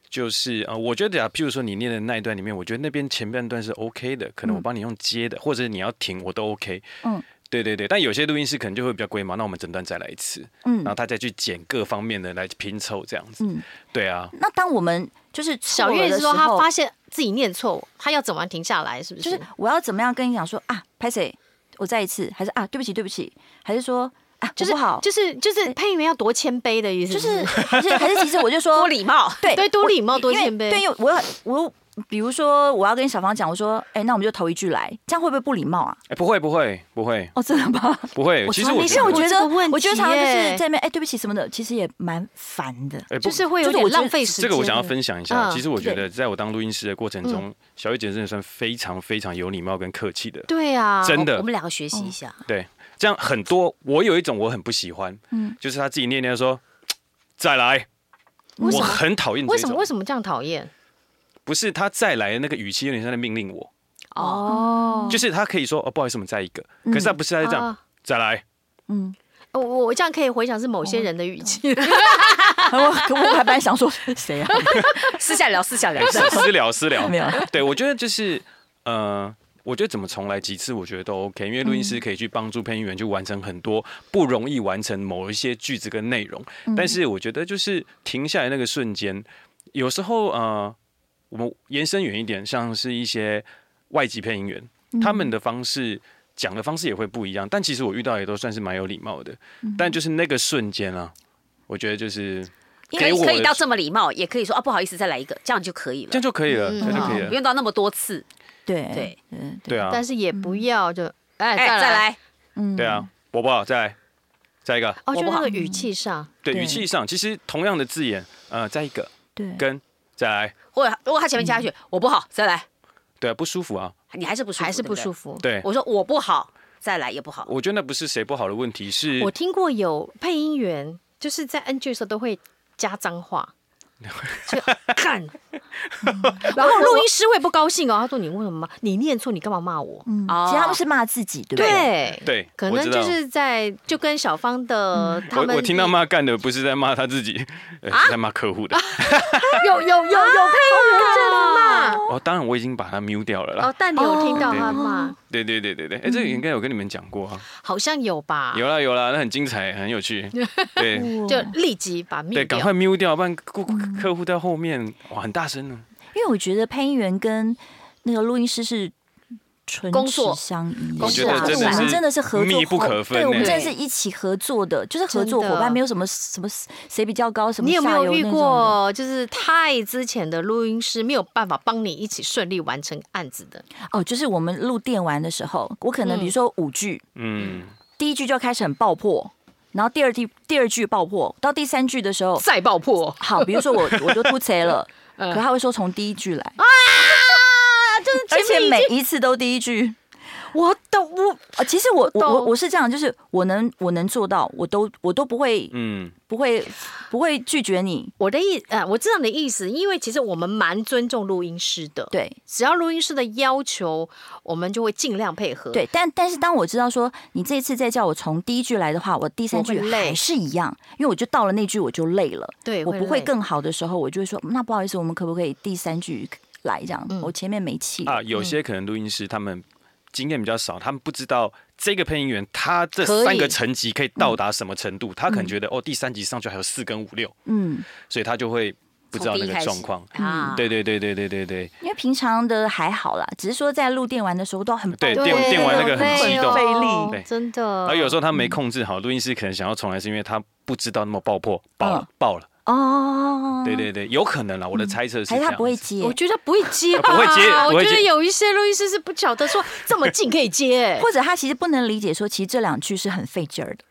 Speaker 5: 就是呃，我觉得啊，譬如说你念的那一段里面，我觉得那边前半段是 OK 的，可能我帮你用接的，或者你要停我都 OK。
Speaker 4: 嗯，
Speaker 5: 对对对。但有些录音师可能就会比较龟毛，那我们整段再来一次，
Speaker 4: 嗯
Speaker 5: 然后他再去剪各方面的来拼凑这样子。
Speaker 4: 嗯，
Speaker 5: 对啊，
Speaker 4: 那当我们就是错
Speaker 2: 小
Speaker 4: 了
Speaker 2: 月
Speaker 4: 的
Speaker 2: 是
Speaker 4: 时
Speaker 2: 说她
Speaker 4: 候
Speaker 2: 发现自己念错，她要怎么样停下来？是不是？
Speaker 4: 就是我要怎么样跟你讲说啊，拍谁？我再一次，还是啊，对不起，对不起，还是说啊，
Speaker 2: 就
Speaker 4: 我
Speaker 2: 是
Speaker 4: 不好，哎
Speaker 2: 就是就是配音员要多谦卑的意思，
Speaker 4: 就是还是还是，其实我就
Speaker 2: *laughs*
Speaker 4: 说
Speaker 6: 多礼貌，
Speaker 4: 对
Speaker 2: 对多礼貌多
Speaker 4: 因为
Speaker 2: 谦卑
Speaker 4: 对，因为我要我比如说我要跟小芳讲，我说哎、那我们就头一句来，这样会不会不礼貌啊？
Speaker 5: 哎，不会不会不会
Speaker 4: 哦，真的吗？
Speaker 5: 不会，
Speaker 2: 我
Speaker 5: 其
Speaker 2: 从
Speaker 5: 实
Speaker 2: 来
Speaker 5: 我
Speaker 2: 没想
Speaker 5: 觉得
Speaker 4: 我
Speaker 2: 过
Speaker 4: 觉
Speaker 2: 这
Speaker 4: 得
Speaker 2: 个问
Speaker 4: 我觉得常常就
Speaker 2: 题
Speaker 4: 是
Speaker 2: 耶
Speaker 4: 在那边哎、对不起什么的，其实也蛮烦的。 *laughs*
Speaker 5: 哎不
Speaker 2: 就是会有
Speaker 4: 就是
Speaker 2: 点
Speaker 4: 我觉得
Speaker 2: 浪费时间。
Speaker 5: 这个我想要分享一下。
Speaker 2: 嗯
Speaker 5: 其实我觉
Speaker 4: 对
Speaker 5: 得，在我当录音师的过程中，小月姐真的算非常非常有礼貌跟客气的。
Speaker 2: 对啊，
Speaker 5: 真的
Speaker 6: 我我们两个学习一下，
Speaker 5: 对，这样很多，我有一种我很不喜欢，
Speaker 2: 嗯
Speaker 5: 就是他自己念念说再来，我
Speaker 2: 为什么？
Speaker 5: 很讨厌这
Speaker 2: 为什么？
Speaker 5: 种
Speaker 2: 为。什么这样讨厌？
Speaker 5: 不是他再来的那个语气有点像在命令我，
Speaker 2: 哦，嗯
Speaker 5: 就是他可以说哦不好意思，我们再一个，可是他不是他这样
Speaker 2: 啊
Speaker 5: 再来，
Speaker 4: 嗯，
Speaker 2: 我我这样可以回想是某些人的语气，
Speaker 4: 我可我还本来想说谁啊？
Speaker 6: 私下聊，私下
Speaker 4: *laughs*
Speaker 6: 聊
Speaker 5: 哎。私 *laughs* 私聊私聊
Speaker 4: 没。有，
Speaker 5: 对，我觉得就是呃。我觉得怎么重来几次，我觉得都 OK，因为录
Speaker 6: 嗯
Speaker 5: 音师可以去帮助配音员去完成很多不容易完成某一些句子跟内容。
Speaker 6: 嗯
Speaker 5: 但是我觉得就是停下来那个瞬间，有时候呃，我们延伸远一点，像是一些外籍配音员，
Speaker 6: 嗯
Speaker 5: 他们的方式讲的方式也会不一样。但其实我遇到也都算是蛮有礼貌的，
Speaker 6: 嗯
Speaker 5: 但就是那个瞬间啊，我觉得就是
Speaker 6: 可
Speaker 5: 给
Speaker 6: 以
Speaker 5: 我
Speaker 6: 可以
Speaker 5: 的
Speaker 6: 到这么礼貌，也可以说啊，不好意思，再来一个，这样就可以了，
Speaker 5: 这样就可以了，这样就可以
Speaker 6: 嗯不
Speaker 5: 了。
Speaker 6: 用到那么多次。
Speaker 4: 对
Speaker 6: 对，
Speaker 4: 嗯
Speaker 5: 对啊，
Speaker 2: 但是也不要就哎
Speaker 6: 哎，
Speaker 2: 再
Speaker 6: 再
Speaker 2: 来。
Speaker 6: 来，
Speaker 4: 嗯
Speaker 5: 对啊，我不好，再来，再一个，
Speaker 2: 哦，就
Speaker 6: 我
Speaker 2: 那
Speaker 6: 不好
Speaker 2: 个语气上，
Speaker 5: 对，
Speaker 4: 对
Speaker 5: 语气上其实同样的字眼，呃，再一个
Speaker 4: 对，
Speaker 5: 跟再来，
Speaker 6: 或者如果他前面加一句我不好，再来，
Speaker 5: 对啊，不舒服啊，
Speaker 6: 你还是不舒服，
Speaker 2: 还是不
Speaker 6: 对
Speaker 2: 舒
Speaker 6: 对。
Speaker 2: 服。
Speaker 5: 对，
Speaker 6: 我说我不好，再来也不好。
Speaker 5: 我觉得那不是谁不好的问题，是
Speaker 2: 我听过有配音员就是在 NG 的时候都会加脏话，就干，然后录音师会不高兴哦，他说你为什么骂你念错，你干嘛骂我？
Speaker 4: 嗯，
Speaker 6: 哦
Speaker 4: 其实他们是骂自己，对不对？
Speaker 2: 对，
Speaker 5: 对，
Speaker 2: 可
Speaker 5: 我
Speaker 2: 能
Speaker 5: 知
Speaker 2: 就
Speaker 5: 道
Speaker 2: 是在就跟小芳的他
Speaker 5: 我
Speaker 2: 们
Speaker 5: 我听到骂干的不是在骂他自己，呃，是在骂客户的。
Speaker 2: 有有有有配音员真的骂
Speaker 5: 哦，当然我已经把他 mute 掉了啦
Speaker 2: 哦。，但你有听到他骂，
Speaker 5: 对对对对对，哎，这个应该有跟你们讲过啊，
Speaker 2: 好像有吧？
Speaker 5: 有啦有啦，那很精彩，很有趣。对
Speaker 2: 就立即把灭
Speaker 5: 对，
Speaker 2: 掉
Speaker 5: 赶。快 mute 掉，不然顾客户在后面哇很大声呢。
Speaker 4: 因为我觉得配音员跟那个录音师是。唇
Speaker 6: 工
Speaker 4: 齿
Speaker 6: 作
Speaker 4: 相依，
Speaker 6: 我觉得
Speaker 4: 啊
Speaker 6: 真的
Speaker 4: 我们
Speaker 6: 是
Speaker 4: 真的是合作
Speaker 5: 密不
Speaker 4: 伙
Speaker 5: 可分
Speaker 4: 对，我们
Speaker 5: 欸
Speaker 4: 真的是一起合作的，就是合作
Speaker 2: 真的
Speaker 4: 伙伴，没有什么什么谁比较高，什么
Speaker 2: 你有没
Speaker 4: 下
Speaker 2: 有
Speaker 4: 游
Speaker 2: 遇
Speaker 4: 那种的
Speaker 2: 过，就是太之前的录音师没有办法帮你一起顺利完成案子的？
Speaker 4: 哦，就是我们录电玩的时候，我可能比如说五句，
Speaker 5: 嗯，
Speaker 4: 第一句就开始很爆破，然后第二句第二句爆破，到第三句的时候，
Speaker 2: 再爆破
Speaker 4: 好，比如说我我就吐贼了，
Speaker 2: *laughs* 嗯
Speaker 4: 可他会说从第一句来，
Speaker 2: 啊！就是
Speaker 4: 而
Speaker 2: 前
Speaker 4: 且
Speaker 2: 面
Speaker 4: 每一次都第一句。
Speaker 2: 我懂，我
Speaker 4: 呃，其实我我我
Speaker 2: 懂
Speaker 4: 我是这样，就是我能我能做到，我都我都不会
Speaker 5: 嗯，
Speaker 4: 不会不会拒绝你。
Speaker 2: 我的意呃，我知道你的意思，因为其实我们蛮尊重录音师的，，
Speaker 4: 对
Speaker 2: 只要录音师的要求，我们就会尽量配合。，
Speaker 4: 对，但但是当我知道说你这次再叫我从第一句来的话，我第三
Speaker 2: 我会
Speaker 4: 句
Speaker 2: 累
Speaker 4: 还是一样，因为我就到了那句我就累了，
Speaker 2: 对
Speaker 4: 我不会
Speaker 2: 累
Speaker 4: 更好的时候，我就会说嗯那不好意思，我们可不可以第三句来这样？
Speaker 2: 嗯
Speaker 4: 我前面没气了
Speaker 5: 啊，有些可能录音师他们经验比较少，他们不知道这个配音员他这
Speaker 2: 可以
Speaker 5: 三个层级可以到达什么程度，他可能觉得哦，第三集上去还有四跟五六，
Speaker 4: 嗯，
Speaker 5: 所以他就会不知道
Speaker 6: 从
Speaker 5: 那
Speaker 6: 第
Speaker 5: 个
Speaker 6: 一开始
Speaker 5: 状况。
Speaker 6: 啊，
Speaker 5: 对对对对对对对
Speaker 4: 因为平常的还好啦，只是说在录电玩的时候都很
Speaker 5: 对，
Speaker 4: 爆
Speaker 5: 电电玩那个很激动，
Speaker 2: 费
Speaker 4: 力
Speaker 5: 对哎
Speaker 2: 真的。
Speaker 5: 啊而有时候他
Speaker 4: 嗯
Speaker 5: 没控制好，录音师可能想要重来，是因为他不知道那么爆破，爆了
Speaker 4: 嗯
Speaker 5: 爆了，
Speaker 4: 哦，
Speaker 5: 对对对，有可能啦，我的猜测是这
Speaker 4: 嗯还是
Speaker 5: 样
Speaker 4: 他
Speaker 5: 子。
Speaker 4: 不会接
Speaker 2: 我，觉得不会接吧，
Speaker 5: *laughs* 不会接不
Speaker 2: 我
Speaker 5: 会
Speaker 2: 觉得
Speaker 5: 接
Speaker 2: 有一些录音师是不晓得说这么近可以接、欸，
Speaker 4: 或者他其实不能理解说，其实这两句是很费劲儿的。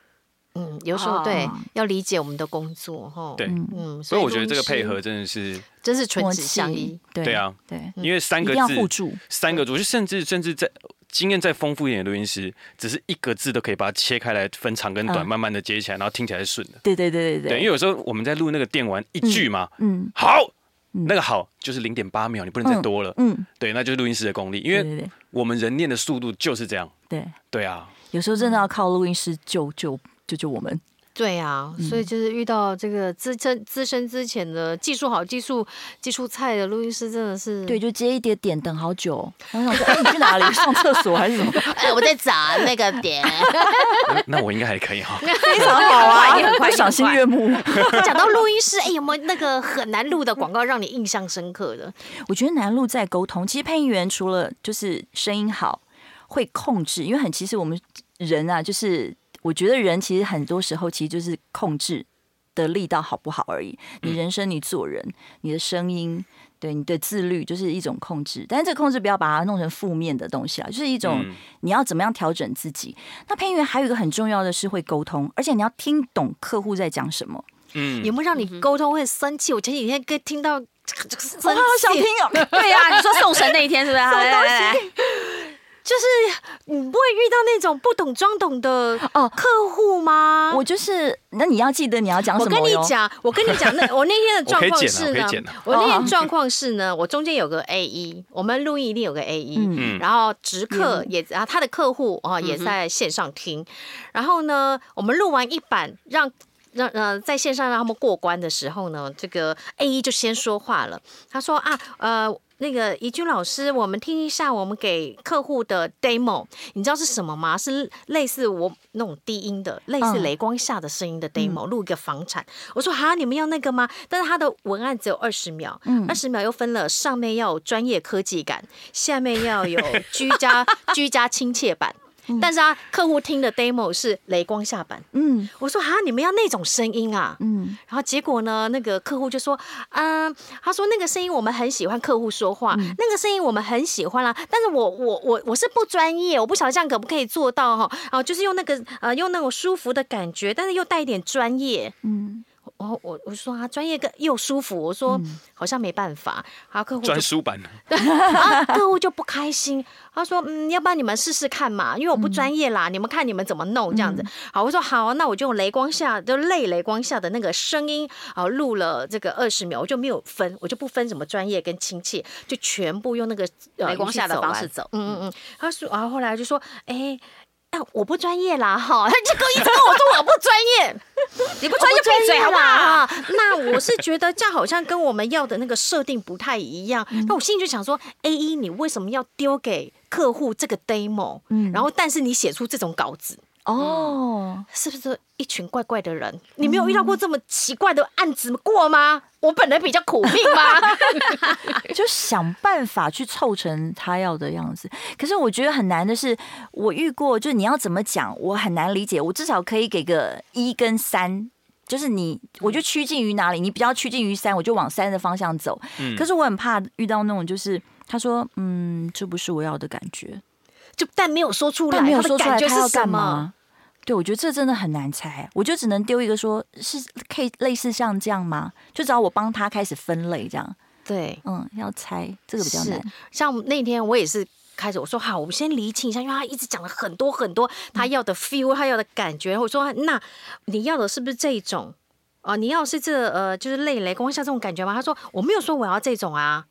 Speaker 2: 嗯， *laughs* 有时候对
Speaker 4: 哦
Speaker 2: 要理解我们的工作哈。
Speaker 5: 啊对，
Speaker 4: 嗯
Speaker 2: 嗯，
Speaker 5: 所以我觉得这个
Speaker 2: 录音师
Speaker 5: 配合真的是，
Speaker 2: 真是唇
Speaker 4: 默
Speaker 2: 齿相依
Speaker 4: 契。，对
Speaker 5: 对，啊，
Speaker 4: 对，
Speaker 5: 因为三
Speaker 4: 嗯一
Speaker 5: 个
Speaker 4: 定要
Speaker 5: 字
Speaker 4: 互助。
Speaker 5: 三个字，我就甚至甚至在经验再丰富一点的录音师，只是一个字都可以把它切开来分长跟短，
Speaker 4: 嗯
Speaker 5: 慢慢的接起来，然后听起来是顺的。
Speaker 4: 对对对对
Speaker 5: 对，因为有时候我们在录那个电玩一句嘛，
Speaker 4: 嗯
Speaker 5: 好，
Speaker 4: 嗯
Speaker 5: 那个好就是零点八秒，你不能再多了。
Speaker 4: 嗯，
Speaker 5: 对，那就是录音师的功力，因
Speaker 4: 对
Speaker 5: 为
Speaker 4: 对对
Speaker 5: 我们人念的速度就是这样。
Speaker 4: 对，
Speaker 5: 对啊，
Speaker 4: 有时候真的要靠录音师救救救救我们。
Speaker 2: 对啊，所以就是遇到这个资深资深之前的技术好、技术技术菜的录音师，真的是 *laughs*
Speaker 4: 对，就接一点点，等好久。我想说，哎，你去哪里？上厕所还是什么？
Speaker 6: 哎，我在找那个点，
Speaker 5: 那那我应该还可以哈。
Speaker 4: 非常好啊，
Speaker 6: 也很快也很快
Speaker 4: 赏心悦目。
Speaker 2: 讲到录音师，哎、有没有那个很难录的广告让你印象深刻的？
Speaker 4: 我觉得难录在沟通。其实配音员除了就是声音好，会控制，因为很其实我们人啊，就是我觉得人其实很多时候其实就是控制的力道好不好而已。你人生、你做人、你的声音，对你的自律，就是一种控制。但是这个控制不要把它弄成负面的东西啊，就是一种
Speaker 5: 嗯
Speaker 4: 你要怎么样调整自己。那配音员还有一个很重要的是会沟通，而且你要听懂客户在讲什么。
Speaker 5: 嗯
Speaker 2: 有，没有让你沟通会生气？我前几天跟听到这个这个生
Speaker 4: 我好 *laughs* 想听
Speaker 2: 气，
Speaker 4: 哦，
Speaker 6: 对呀，你说送神那一天是不是？来来来，
Speaker 2: 就是你不会遇到那种不懂装懂的
Speaker 4: 哦
Speaker 2: 客户吗？
Speaker 4: 我就是，那你要记得你要讲
Speaker 2: 我
Speaker 4: 什么
Speaker 2: 跟你
Speaker 4: 哟
Speaker 2: 讲，我跟你讲，那我那天的状况是
Speaker 5: *laughs* 我可以
Speaker 2: 呢
Speaker 5: 剪啊，
Speaker 2: 我那
Speaker 4: 哦
Speaker 2: 天状况是呢，我中间有个 A 一，我们录音一定有个 A 一，
Speaker 5: 嗯
Speaker 2: 然后直
Speaker 4: 嗯
Speaker 2: 客也，然后他的客户啊也在线上听，然后呢，我们录完一版让。让呃，在线上让他们过关的时候呢，这个 A E 一就先说话了。他说啊，呃，那个怡君老师，我们听一下我们给客户的 demo，你知道是什么吗？是类似我那种低音的，类似
Speaker 4: 嗯
Speaker 2: 雷光下的声音的 demo，、录一个房产。我说哈，你们要那个吗？但是它的文案只有二十秒，
Speaker 4: 嗯
Speaker 2: 二十秒又分了上面要有专业科技感，下面要有居
Speaker 4: *laughs*
Speaker 2: 家居家亲切版。但是啊，客户听的 demo 是雷光下版。
Speaker 4: 嗯
Speaker 2: 我说哈，你们要那种声音啊？
Speaker 4: 嗯，
Speaker 2: 然后结果呢，那个客户就说，嗯，他说那个声音我们很喜欢客户说话，
Speaker 4: 嗯
Speaker 2: 那个声音我们很喜欢啦、啊但是我我我我是不专业，我不晓得这样可不可以做到哈、哦，啊，就是用那个呃用那种舒服的感觉，但是又带一点专业，嗯。哦，我我说啊，专业跟又舒服，我说、
Speaker 4: 嗯
Speaker 2: 好像没办法，然后客户就
Speaker 5: 专书
Speaker 4: 哦
Speaker 5: 版，
Speaker 2: 啊，客户就不开心，他说：“嗯，要不然你们试试看嘛，因为我不
Speaker 6: 嗯
Speaker 2: 专业啦，你们看你们怎么弄这样子。好，我说好啊，那我就用雷光下，就类雷光下的那个声音啊，录了这个二十秒，我就没有分，我就不分什么专业跟亲切，就全部用那个、呃、
Speaker 6: 雷光下的
Speaker 2: 语气完
Speaker 6: 方式走
Speaker 2: 嗯嗯嗯，他说，然后后来就说，哎。啊，我不专业啦，哈，他就跟一直跟我说我不专业，
Speaker 6: 你不穿就闭嘴好不好？
Speaker 2: 啦！那我是觉得这样好像跟我们要的那个设定不太一样。
Speaker 4: 嗯
Speaker 2: 那我心里就想说，A 一你为什么要丢给客户这个 demo？
Speaker 4: 嗯
Speaker 2: 然后但是你写出这种稿子，
Speaker 4: 哦，
Speaker 2: 是不是一群怪怪的
Speaker 4: 嗯
Speaker 2: 人？你没有遇到过这么奇怪的案子过吗？我本人比较苦命
Speaker 4: *laughs*
Speaker 2: 吗？
Speaker 4: 就想办法去凑成他要的样子。可是我觉得很难的是，我遇过，就是你要怎么讲，我很难理解。我至少可以给个一跟三。就是你，
Speaker 2: 嗯
Speaker 4: 我就趋近于哪里，你比较趋近于三，我就往三的方向走。
Speaker 5: 嗯
Speaker 4: 可是我很怕遇到那种，就是他说，嗯，这不是我要的感觉，
Speaker 2: 就但没有说出来，
Speaker 4: 但没有
Speaker 2: 他的
Speaker 4: 说出来
Speaker 2: 感觉
Speaker 4: 他要
Speaker 2: 是什
Speaker 4: 干
Speaker 2: 么？
Speaker 4: 嘛。对，我觉得这真的很难猜，我就只能丢一个说，是可以类似像这样吗？就只要我帮他开始分类这样，
Speaker 2: 对，
Speaker 4: 嗯，要猜这个比较
Speaker 2: 是
Speaker 4: 难。
Speaker 2: 像那天我也是。开始我说好，我们先厘清一下，因为他一直讲了很多很多他要的 feel，他要的感觉。我说那你要的是不是这一种？哦，你要是这呃，就是类雷光下这种感觉吗？他说我没有说我要这种啊。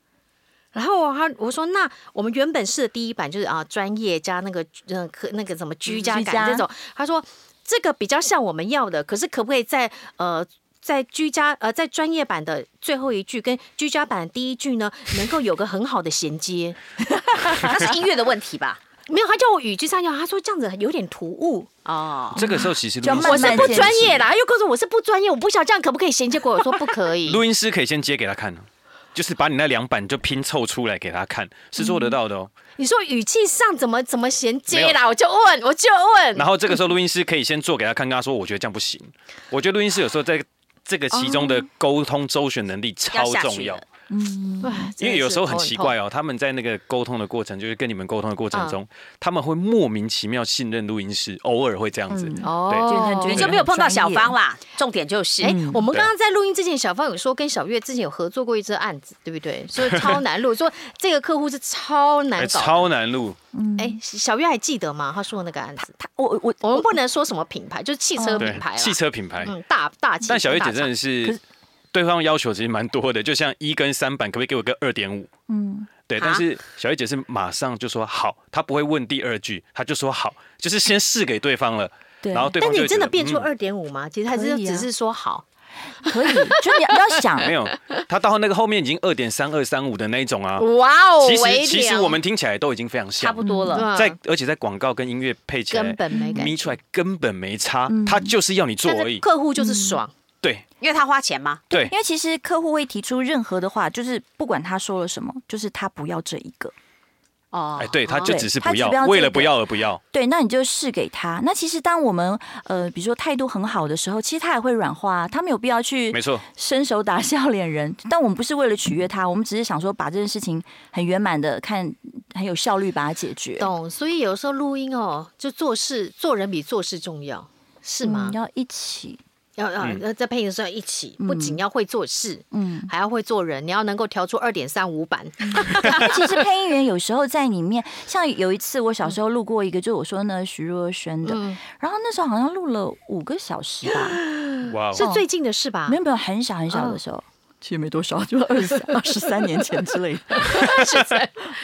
Speaker 2: 然后我他我说那我们原本试的第一版就是啊专业加那个嗯可那个什么居家
Speaker 4: 居
Speaker 2: 感
Speaker 4: 家
Speaker 2: 这种，他说这个比较像我们要的，可是可不可以在呃在居家呃在专业版的最后一句跟居家版的第一句呢，能够有个很好的衔接？
Speaker 6: 那是音乐的问题吧？
Speaker 2: 没有，他叫我语句上要，他说这样子有点突兀，
Speaker 6: 哦，
Speaker 5: 这个时候其实录
Speaker 4: 就要
Speaker 5: 音
Speaker 4: 慢
Speaker 2: 我
Speaker 5: 师
Speaker 2: 是
Speaker 4: 慢
Speaker 2: 不
Speaker 4: 衔
Speaker 2: 专业啦，他又跟我说我是不专业，我不晓得这样可不可以衔接过来，我说不可以。
Speaker 5: 录音师可以先接给他看啊就是把你那两版就拼凑出来给他看，是做得
Speaker 4: 嗯
Speaker 5: 到的哦。
Speaker 2: 你说语气上怎么怎么衔接
Speaker 5: 没
Speaker 2: 啦？我就问，我就 *laughs* 问，
Speaker 5: 然后这个时候录音师可以先做给他看，跟他说：“我觉得这样不行。”我觉得录音师有时候在这个其中的沟通周旋能力超
Speaker 6: 要下
Speaker 5: 重
Speaker 6: 去
Speaker 5: 要
Speaker 6: 了，
Speaker 2: 哇
Speaker 5: 因为有时候很奇怪，哦，他们在那个沟通的过程，就是跟你们沟通的过程中，他们会莫名其妙信任录音师，偶尔会这样子。
Speaker 4: 嗯
Speaker 2: 哦，
Speaker 4: 就
Speaker 6: 你
Speaker 4: 很
Speaker 6: 就没有碰到小芳
Speaker 4: 了。
Speaker 6: 啦。重点就是，
Speaker 2: 哎、
Speaker 4: 嗯
Speaker 2: 我们
Speaker 5: 对
Speaker 2: 刚刚在录音之前，小芳有说跟小月之前有合作过一支案子，对不
Speaker 5: *laughs*
Speaker 2: 对？所以超难录，说这个客户是超难
Speaker 5: 哎，
Speaker 2: 搞。
Speaker 5: 超难录，
Speaker 2: 哎、小月还记得吗？她说的那个案子，
Speaker 4: 他我我
Speaker 2: 我们不能说什么品牌，就是汽
Speaker 4: 哦
Speaker 2: 车
Speaker 5: 对
Speaker 2: 品牌，啦，
Speaker 5: 汽车品牌。
Speaker 2: 嗯，大大汽车大厂。
Speaker 5: 但小月姐真的
Speaker 4: 可
Speaker 5: 是
Speaker 4: 是，
Speaker 5: 对方要求其实蛮多的，就像一跟三版，可不可以给我个二点五？
Speaker 4: 嗯，
Speaker 5: 对，
Speaker 6: 啊
Speaker 5: 但是小月姐是马上就说好，她不会问第二句，她就说好，就是先试给对方了，
Speaker 4: 对，
Speaker 5: 然后对方
Speaker 2: 但
Speaker 5: 就
Speaker 2: 你
Speaker 5: 会觉
Speaker 2: 真的
Speaker 5: 得
Speaker 2: 变出
Speaker 5: 嗯
Speaker 2: 二点五吗？其实还
Speaker 4: 可
Speaker 2: 是
Speaker 4: 以啊
Speaker 2: 只是说好，
Speaker 4: 可以，就你要要想，
Speaker 5: 没有，他到那个后面已经二点三二三五的那一种啊。
Speaker 2: 哇哦
Speaker 5: 其
Speaker 2: 微
Speaker 5: 实其实
Speaker 2: 凉
Speaker 5: 我们听起来都已经非常
Speaker 6: 差
Speaker 5: 像
Speaker 6: 不，多了。
Speaker 2: 嗯
Speaker 5: 在而且在广告跟音乐配起
Speaker 2: 根
Speaker 5: 来，
Speaker 2: 本没感
Speaker 5: 眯
Speaker 2: 觉，
Speaker 5: 出来根本没差，他就是要你做
Speaker 2: 但
Speaker 5: 而
Speaker 2: 是
Speaker 5: 已。
Speaker 2: 客户就是爽。
Speaker 5: 对
Speaker 6: 因为他花钱嘛，
Speaker 5: 对
Speaker 4: 因，为其实客户会提出任何的话，就是不管他说了什么，就是他不要这一个。
Speaker 6: 哦，
Speaker 5: 哎，对，他就
Speaker 4: 对
Speaker 5: 只是
Speaker 4: 他
Speaker 5: 不
Speaker 4: 只
Speaker 5: 要
Speaker 4: 不要，
Speaker 5: 为
Speaker 4: 这
Speaker 5: 了不
Speaker 4: 个
Speaker 5: 要而不要。
Speaker 4: 对，那你就试给他。那其实当我们呃，比如说态度很好的时候，其实他也会软化啊，他没有必要去
Speaker 5: 没错，
Speaker 4: 伸手打笑脸人。但我们不是为了取悦他，我们只是想说把这件事情很圆满的看，很有效率把它解决。
Speaker 2: 懂，所以有时候录音哦，就做事做人比做事重要，是吗？
Speaker 4: 嗯要一起，
Speaker 2: 要要
Speaker 5: 嗯
Speaker 2: 要在配音的时候一起，不仅要会做事，
Speaker 4: 嗯。
Speaker 2: 还要会做人，你要能够调出二点三五版。
Speaker 4: 因为其实配音员有时候在里面，像有一次我小时候录过一个，就是我说那徐若瑄的，
Speaker 2: 嗯，
Speaker 4: 然后那时候好像录了五个小时
Speaker 2: *laughs*
Speaker 4: 吧，
Speaker 5: 哇哦，
Speaker 2: 是最近的事吧？
Speaker 4: 没有没有，很小很小
Speaker 2: 嗯
Speaker 4: 的时候，其实没多少，就二十二十三年前之类的，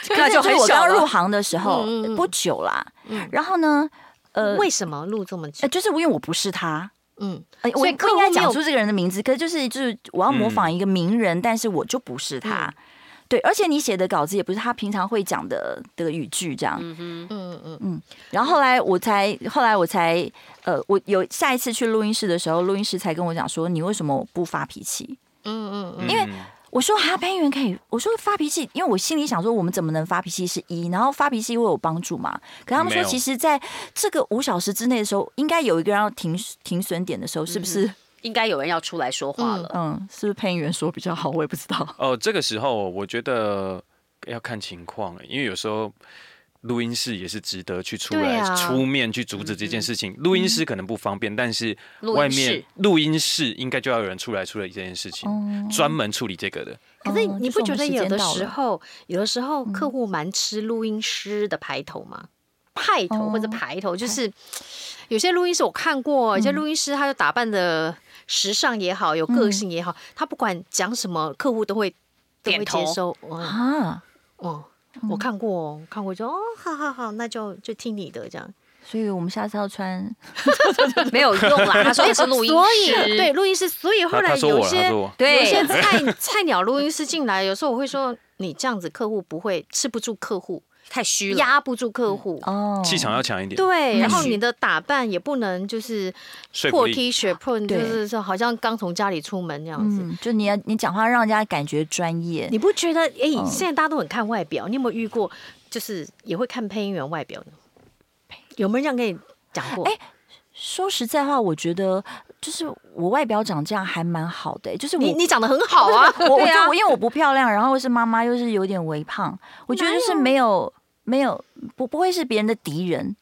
Speaker 4: 那就
Speaker 2: 很
Speaker 4: 是我
Speaker 2: 小
Speaker 4: 刚
Speaker 2: 了
Speaker 4: 入行的时候
Speaker 2: 嗯嗯嗯
Speaker 4: 不久啦
Speaker 2: 嗯。
Speaker 4: 然后呢，呃，
Speaker 2: 为什么录这么久
Speaker 4: 呃？就是因为我不是他。
Speaker 2: 嗯，
Speaker 4: 呃
Speaker 2: 所
Speaker 4: 我
Speaker 2: 以
Speaker 4: 也
Speaker 2: 客
Speaker 4: 不
Speaker 2: 户
Speaker 4: 应该
Speaker 2: 没
Speaker 4: 讲
Speaker 2: 有
Speaker 4: 出这个人的名字，可是就是就是我要模仿一个名人，但是我就不是
Speaker 2: 嗯
Speaker 4: 他，对，而且你写的稿子也不是他平常会讲的的语句这样，
Speaker 6: 嗯哼，
Speaker 2: 嗯嗯
Speaker 4: 然后后来我才，后来我才，呃，我有下一次去录音室的时候，录音师才跟我讲说，你为什么不发脾气？
Speaker 2: 嗯嗯嗯，
Speaker 5: 因为
Speaker 4: 我说哈，配音员可以，我说发脾气，因为我心里想说，我们怎么能发脾气是一，然后发脾气会有帮助嘛？可他们
Speaker 5: 没
Speaker 4: 说，
Speaker 5: 有
Speaker 4: 其实在这个五小时之内的时候，应该有一个人要停停损点的时候，是不是？
Speaker 6: 应该有人要出来说话了。
Speaker 4: 嗯，是不是配音员说比较好？我也不知道。
Speaker 5: 哦，这个时候我觉得要看情况，因为有时候录音室也是值得去出
Speaker 2: 对
Speaker 5: 来、
Speaker 2: 啊
Speaker 5: 出面去阻止这件事情。录音师可能不方便，但是
Speaker 6: 录音
Speaker 5: 外
Speaker 6: 室
Speaker 5: 面录音室应该就要有人出来处理这件事情，专门处理这个的。
Speaker 2: *laughs* 可是
Speaker 4: 哦
Speaker 2: 你不觉得有的时？
Speaker 4: 就是我们时间到了嗯
Speaker 2: 候，有的时候客户蛮吃录音师的派头吗？派头
Speaker 4: 哦
Speaker 2: 或者排头，就是有些录音师我看过，有些
Speaker 4: 嗯
Speaker 2: 录音师他就打扮的时尚也好，有个
Speaker 4: 嗯
Speaker 2: 性也好，他不管讲什么，客户都会都会
Speaker 6: 点头
Speaker 2: 接收。嗯
Speaker 4: 啊，
Speaker 2: 嗯，我看过哦，看过就哦，好好好，那就就听你的这样。
Speaker 4: 所以我们下次要穿
Speaker 6: 没有用 *laughs* 啦，他说的是录音
Speaker 2: 所以
Speaker 6: 师，
Speaker 2: 对录音师，所以后
Speaker 5: 他
Speaker 2: 来
Speaker 5: 他说
Speaker 2: 有
Speaker 5: 我，他
Speaker 2: 些
Speaker 5: 说我，
Speaker 2: 有些
Speaker 6: 对，
Speaker 5: *laughs*
Speaker 2: 菜菜鸟录音师进来，有时候我会说，你这样子客户不会吃不住客户，
Speaker 6: 太虚了。
Speaker 2: 压不住客户。
Speaker 4: 哦
Speaker 5: 气场要强一点，
Speaker 2: 对，
Speaker 4: 嗯
Speaker 2: 然后你的打扮也不能就是
Speaker 5: 说服
Speaker 2: 破
Speaker 5: 力。
Speaker 2: T 血破，就
Speaker 4: 对
Speaker 2: 是说好像刚从家里出门那样子。
Speaker 4: 嗯，就你要你讲话让人家感觉专业，
Speaker 2: 你不觉得？哎、
Speaker 4: 哦
Speaker 2: 现在大家都很看外表，你有没有遇过，就是也会看配音员外表呢？有没有这样跟你讲过？
Speaker 4: 哎说实在话，我觉得就是我外表长这样还蛮好的、欸就是我
Speaker 2: 你你长得很好啊，
Speaker 4: 我我
Speaker 2: 对
Speaker 4: 就
Speaker 2: 啊
Speaker 4: 我，因为我不漂亮，然后又是妈妈又是有点微胖，我觉得就是没有没有不不会是别人的敌人，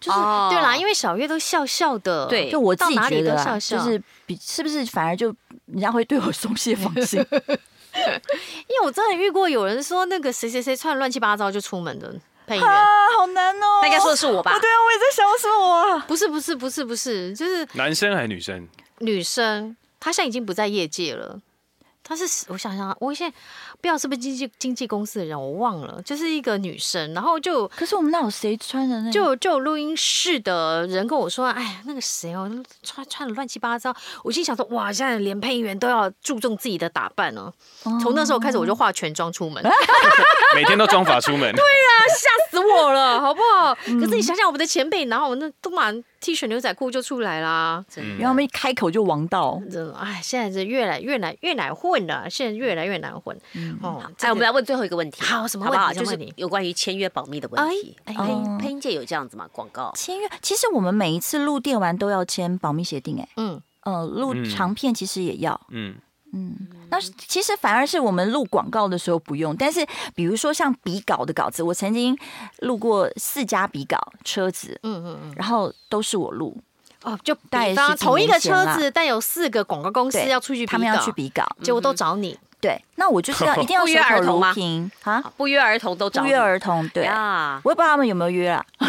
Speaker 4: 就是、
Speaker 6: 哦
Speaker 2: 对啦，因为小月都笑笑的，
Speaker 6: 对
Speaker 4: 就我自己
Speaker 2: 到哪里
Speaker 4: 觉得啊
Speaker 2: 都
Speaker 4: 啦
Speaker 2: 笑笑 *laughs*
Speaker 4: 就是比是不是反而就人家会对我松懈放心，
Speaker 2: 因为我真的遇过有人说那个谁谁谁穿得乱七八糟就出门的配音员，
Speaker 4: 啊，好难哦。
Speaker 6: 那应该说的是我吧哎
Speaker 4: 啊，？对啊，我也在想什么啊。
Speaker 2: 不是不是不是不是，就是
Speaker 5: 男生还是女生？
Speaker 2: 女生，她现在已经不在业界了。她是我想想啊，我现在不知道是不是经纪经纪公司的人，我忘了，就是一个女生，然后就
Speaker 4: 可是我们那有谁穿的那个？
Speaker 2: 就就有录音室的人跟我说，哎，那个谁哦，穿穿的乱七八糟。我心想说，哇，现在连配音员都要注重自己的打扮呢、从那时候开始，我就化全妆出门，
Speaker 5: 每天都装法出
Speaker 2: *laughs*
Speaker 5: 门，
Speaker 2: 吓死我了，好不好？可是你想想，我们的前辈，然后我那都满 T 恤、牛仔裤就出来啦，
Speaker 4: 然后他们一开口就王道，
Speaker 2: 真的，哎，现在是越来越难越难混了，现在越来越难混。哦，
Speaker 6: 哎，我们来问最后一个问题，
Speaker 2: 好什么
Speaker 6: 好不好？
Speaker 2: 问题
Speaker 6: 就
Speaker 2: 什么
Speaker 6: 是
Speaker 2: 问题
Speaker 6: 有关于签约保密的问题。嗯
Speaker 2: 哎
Speaker 6: 配音
Speaker 4: 哦
Speaker 6: 配音界有这样子吗？广告
Speaker 4: 签约。其实我们每一次录电玩都要签保密协定，哎，
Speaker 2: 嗯，
Speaker 4: 呃，录
Speaker 5: 嗯
Speaker 4: 长片其实也要。
Speaker 5: 嗯，
Speaker 4: 那是其实反而是我们录广告的时候不用，但是比如说像比稿的稿子，我曾经录过四家比稿车子，
Speaker 2: 嗯嗯嗯，
Speaker 4: 然后都是我录，
Speaker 2: 哦，就
Speaker 4: 哎大概
Speaker 2: 比方
Speaker 4: 十几
Speaker 2: 同一个
Speaker 4: 年前
Speaker 2: 车
Speaker 4: 啦
Speaker 2: 子，但有四个广告公司
Speaker 4: 对
Speaker 2: 要出去比稿，
Speaker 4: 他们要去，比嗯稿，
Speaker 2: 结果都找你。
Speaker 4: 对，那我就是
Speaker 5: *laughs*
Speaker 4: 要一定要
Speaker 6: 不约
Speaker 4: 守
Speaker 6: 而
Speaker 4: 口
Speaker 6: 同吗
Speaker 4: 如瓶啊，
Speaker 6: 不约而同都找
Speaker 4: 不
Speaker 6: 你
Speaker 4: 约儿童，对，
Speaker 6: 呀，
Speaker 4: 我也不知道他们有没有约啦。
Speaker 2: *laughs*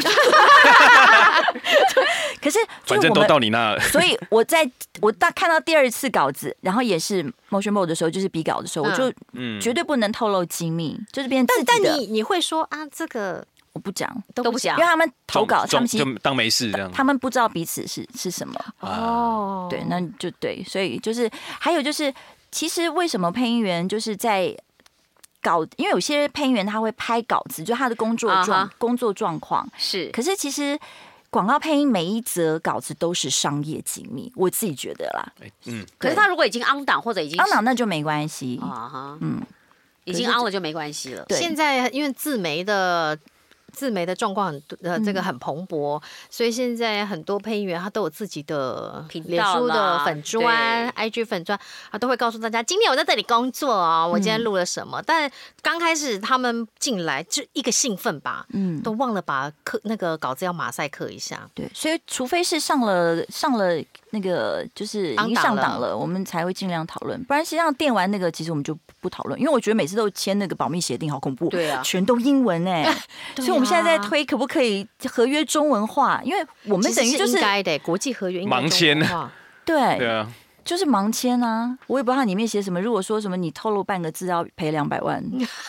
Speaker 4: 可是
Speaker 5: *laughs* 反
Speaker 4: 就是
Speaker 5: 正
Speaker 4: 我
Speaker 5: 都
Speaker 4: 们，
Speaker 5: 到你那了。
Speaker 4: 所以我在我到看到第二次稿子，然后也是 motion board 的时候，就是比稿的时候，我就
Speaker 5: 嗯，
Speaker 4: 绝对不能透露机密，就是变成自
Speaker 2: 但但
Speaker 4: 己的，
Speaker 2: 你你会说啊，这个
Speaker 4: 我不讲，
Speaker 6: 都不讲
Speaker 4: 因为他们投
Speaker 5: 装
Speaker 4: 稿，他
Speaker 5: 装
Speaker 4: 们其实
Speaker 5: 就当没事这样。
Speaker 4: 他们不知道彼此是是什么，
Speaker 2: 哦，
Speaker 4: 啊对，那就对，所以就是还有就是，其实为什么配音员就是在稿，因为有些配音员他会拍稿子，就他的工作
Speaker 6: 啊哈
Speaker 4: 状、工作状况，
Speaker 6: 是
Speaker 4: 可是其实。广告配音每一则稿子都是商业机密，我自己觉得啦。
Speaker 5: 哎嗯，
Speaker 6: 可是他如果已经 on 档或者已经
Speaker 4: 当然那就没关系，
Speaker 6: 啊哈，
Speaker 4: 嗯，
Speaker 6: 已经 on 了就没关系了。
Speaker 4: 对
Speaker 2: 现在因为自媒的。自媒的状况很多呃，这
Speaker 4: 嗯
Speaker 2: 个很蓬勃，所以现在很多配音员他都有自己的
Speaker 6: 频道
Speaker 2: 脸书的
Speaker 6: 啦
Speaker 2: 粉砖、IG 粉砖，他都会告诉大家，今天我在这里工作哦，我今天录了什么。但刚开始他们进来就一个兴奋吧，
Speaker 4: 嗯，
Speaker 2: 都忘了把课那个稿子要马赛克一下。
Speaker 4: 对，所以除非是上了上了那个就是已经
Speaker 2: on 档
Speaker 4: 上
Speaker 2: 了
Speaker 4: 档了，我们才会尽量讨论。不然实际上电玩那个，其实我们就不不讨论，因为我觉得每次都签那个保密协定，好恐怖，
Speaker 6: 对啊
Speaker 4: 全都英文哎、
Speaker 2: *laughs* 对
Speaker 4: 所以我们现在在
Speaker 2: 啊
Speaker 4: 推可不可以合约中文化，因为我
Speaker 2: 我
Speaker 4: 们等于就是
Speaker 2: 应该的，国际合约应该
Speaker 5: 盲
Speaker 2: 中
Speaker 5: 签
Speaker 2: 文化
Speaker 4: 对，
Speaker 5: 对啊，
Speaker 4: 就是盲签啊，我也不知道它里面写什么。如果说什么你透露半个字要赔两
Speaker 2: *laughs*
Speaker 4: 百万，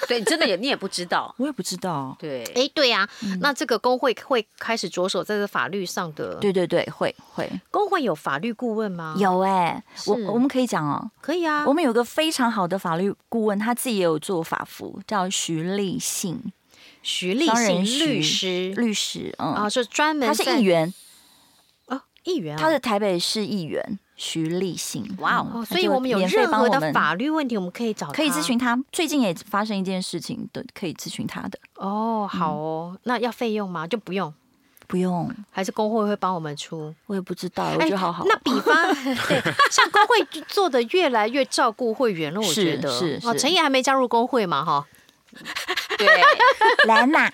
Speaker 6: 对，真的也你也不知道。
Speaker 4: 我也不知道。
Speaker 6: 对，
Speaker 2: 哎、对呀、
Speaker 4: 嗯
Speaker 2: 那这个工会会开始着手在这法律上的。
Speaker 4: 对对对，会会
Speaker 2: 工会有法律顾问吗？，
Speaker 4: 有哎、我
Speaker 2: 啊是
Speaker 4: 我们可以讲哦，
Speaker 2: 可以啊。
Speaker 4: 我们有个非常好的法律顾问，他自己也有做法服，叫徐立信
Speaker 2: 徐立
Speaker 4: 商
Speaker 2: 信
Speaker 4: 人
Speaker 2: 律
Speaker 4: 徐
Speaker 2: 师
Speaker 4: 律师，
Speaker 2: 啊，
Speaker 4: 嗯，
Speaker 2: 是专门
Speaker 4: 他是
Speaker 2: 在
Speaker 4: 议员，
Speaker 2: 哦，议员啊，
Speaker 4: 他是台北市议员徐立信。
Speaker 6: 哇哦
Speaker 4: 嗯
Speaker 2: 哦，
Speaker 4: 他
Speaker 2: 所以
Speaker 4: 就
Speaker 2: 我们有
Speaker 4: 免费
Speaker 2: 任
Speaker 4: 帮
Speaker 2: 何
Speaker 4: 我
Speaker 2: 的
Speaker 4: 们
Speaker 2: 法律问啊题，我们可以找
Speaker 4: 可以
Speaker 2: 他
Speaker 4: 咨询他。最近也发生一件事情，都可以咨询他的，
Speaker 2: 哦。
Speaker 4: 嗯
Speaker 2: 好哦，那要费用吗？就不用，
Speaker 4: 不用，
Speaker 2: 还是工会会帮我们出？
Speaker 4: 我也不知
Speaker 2: 哎
Speaker 4: 道，我觉得好好。
Speaker 2: 那比
Speaker 4: *laughs*
Speaker 2: 方对，像工会做的越来越照顾会员了，我觉
Speaker 4: 是
Speaker 2: 得
Speaker 4: 是
Speaker 2: 哦，
Speaker 4: 是
Speaker 2: 陈毅还没加入工会嘛，哈，
Speaker 6: 对
Speaker 4: *laughs* 兰娜，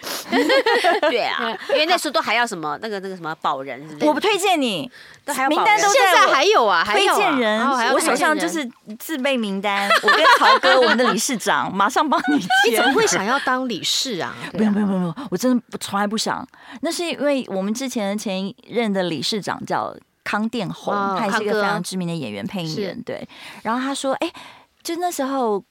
Speaker 6: 对啊，因为那时候都还要什么那个那个什么保人是不是，
Speaker 4: 我不推荐你，
Speaker 6: 都还要
Speaker 4: 名
Speaker 6: 保
Speaker 4: 单
Speaker 6: 人
Speaker 4: 都
Speaker 2: 现
Speaker 4: 在
Speaker 2: 在
Speaker 4: 我
Speaker 2: 还有啊，还
Speaker 4: 推
Speaker 2: 有啊
Speaker 4: 荐人
Speaker 2: 哦还，要
Speaker 4: 我
Speaker 2: 推
Speaker 4: 手
Speaker 2: 荐
Speaker 4: 上
Speaker 2: 人
Speaker 4: 就是自备名单，我跟曹哥，我们的理事长，马上帮你
Speaker 2: *laughs* 你怎么
Speaker 4: 签。
Speaker 2: 会想要当理事啊？
Speaker 4: *laughs* 不用不用不用不用，我真的不从来不想。那是因为我们之前前一任的理事长叫康殿宏，
Speaker 2: 哦
Speaker 4: 他也是
Speaker 2: 康
Speaker 4: 一
Speaker 2: 哥
Speaker 4: 个非常知名的演员配音员，对。然后他说，哎、就那时候。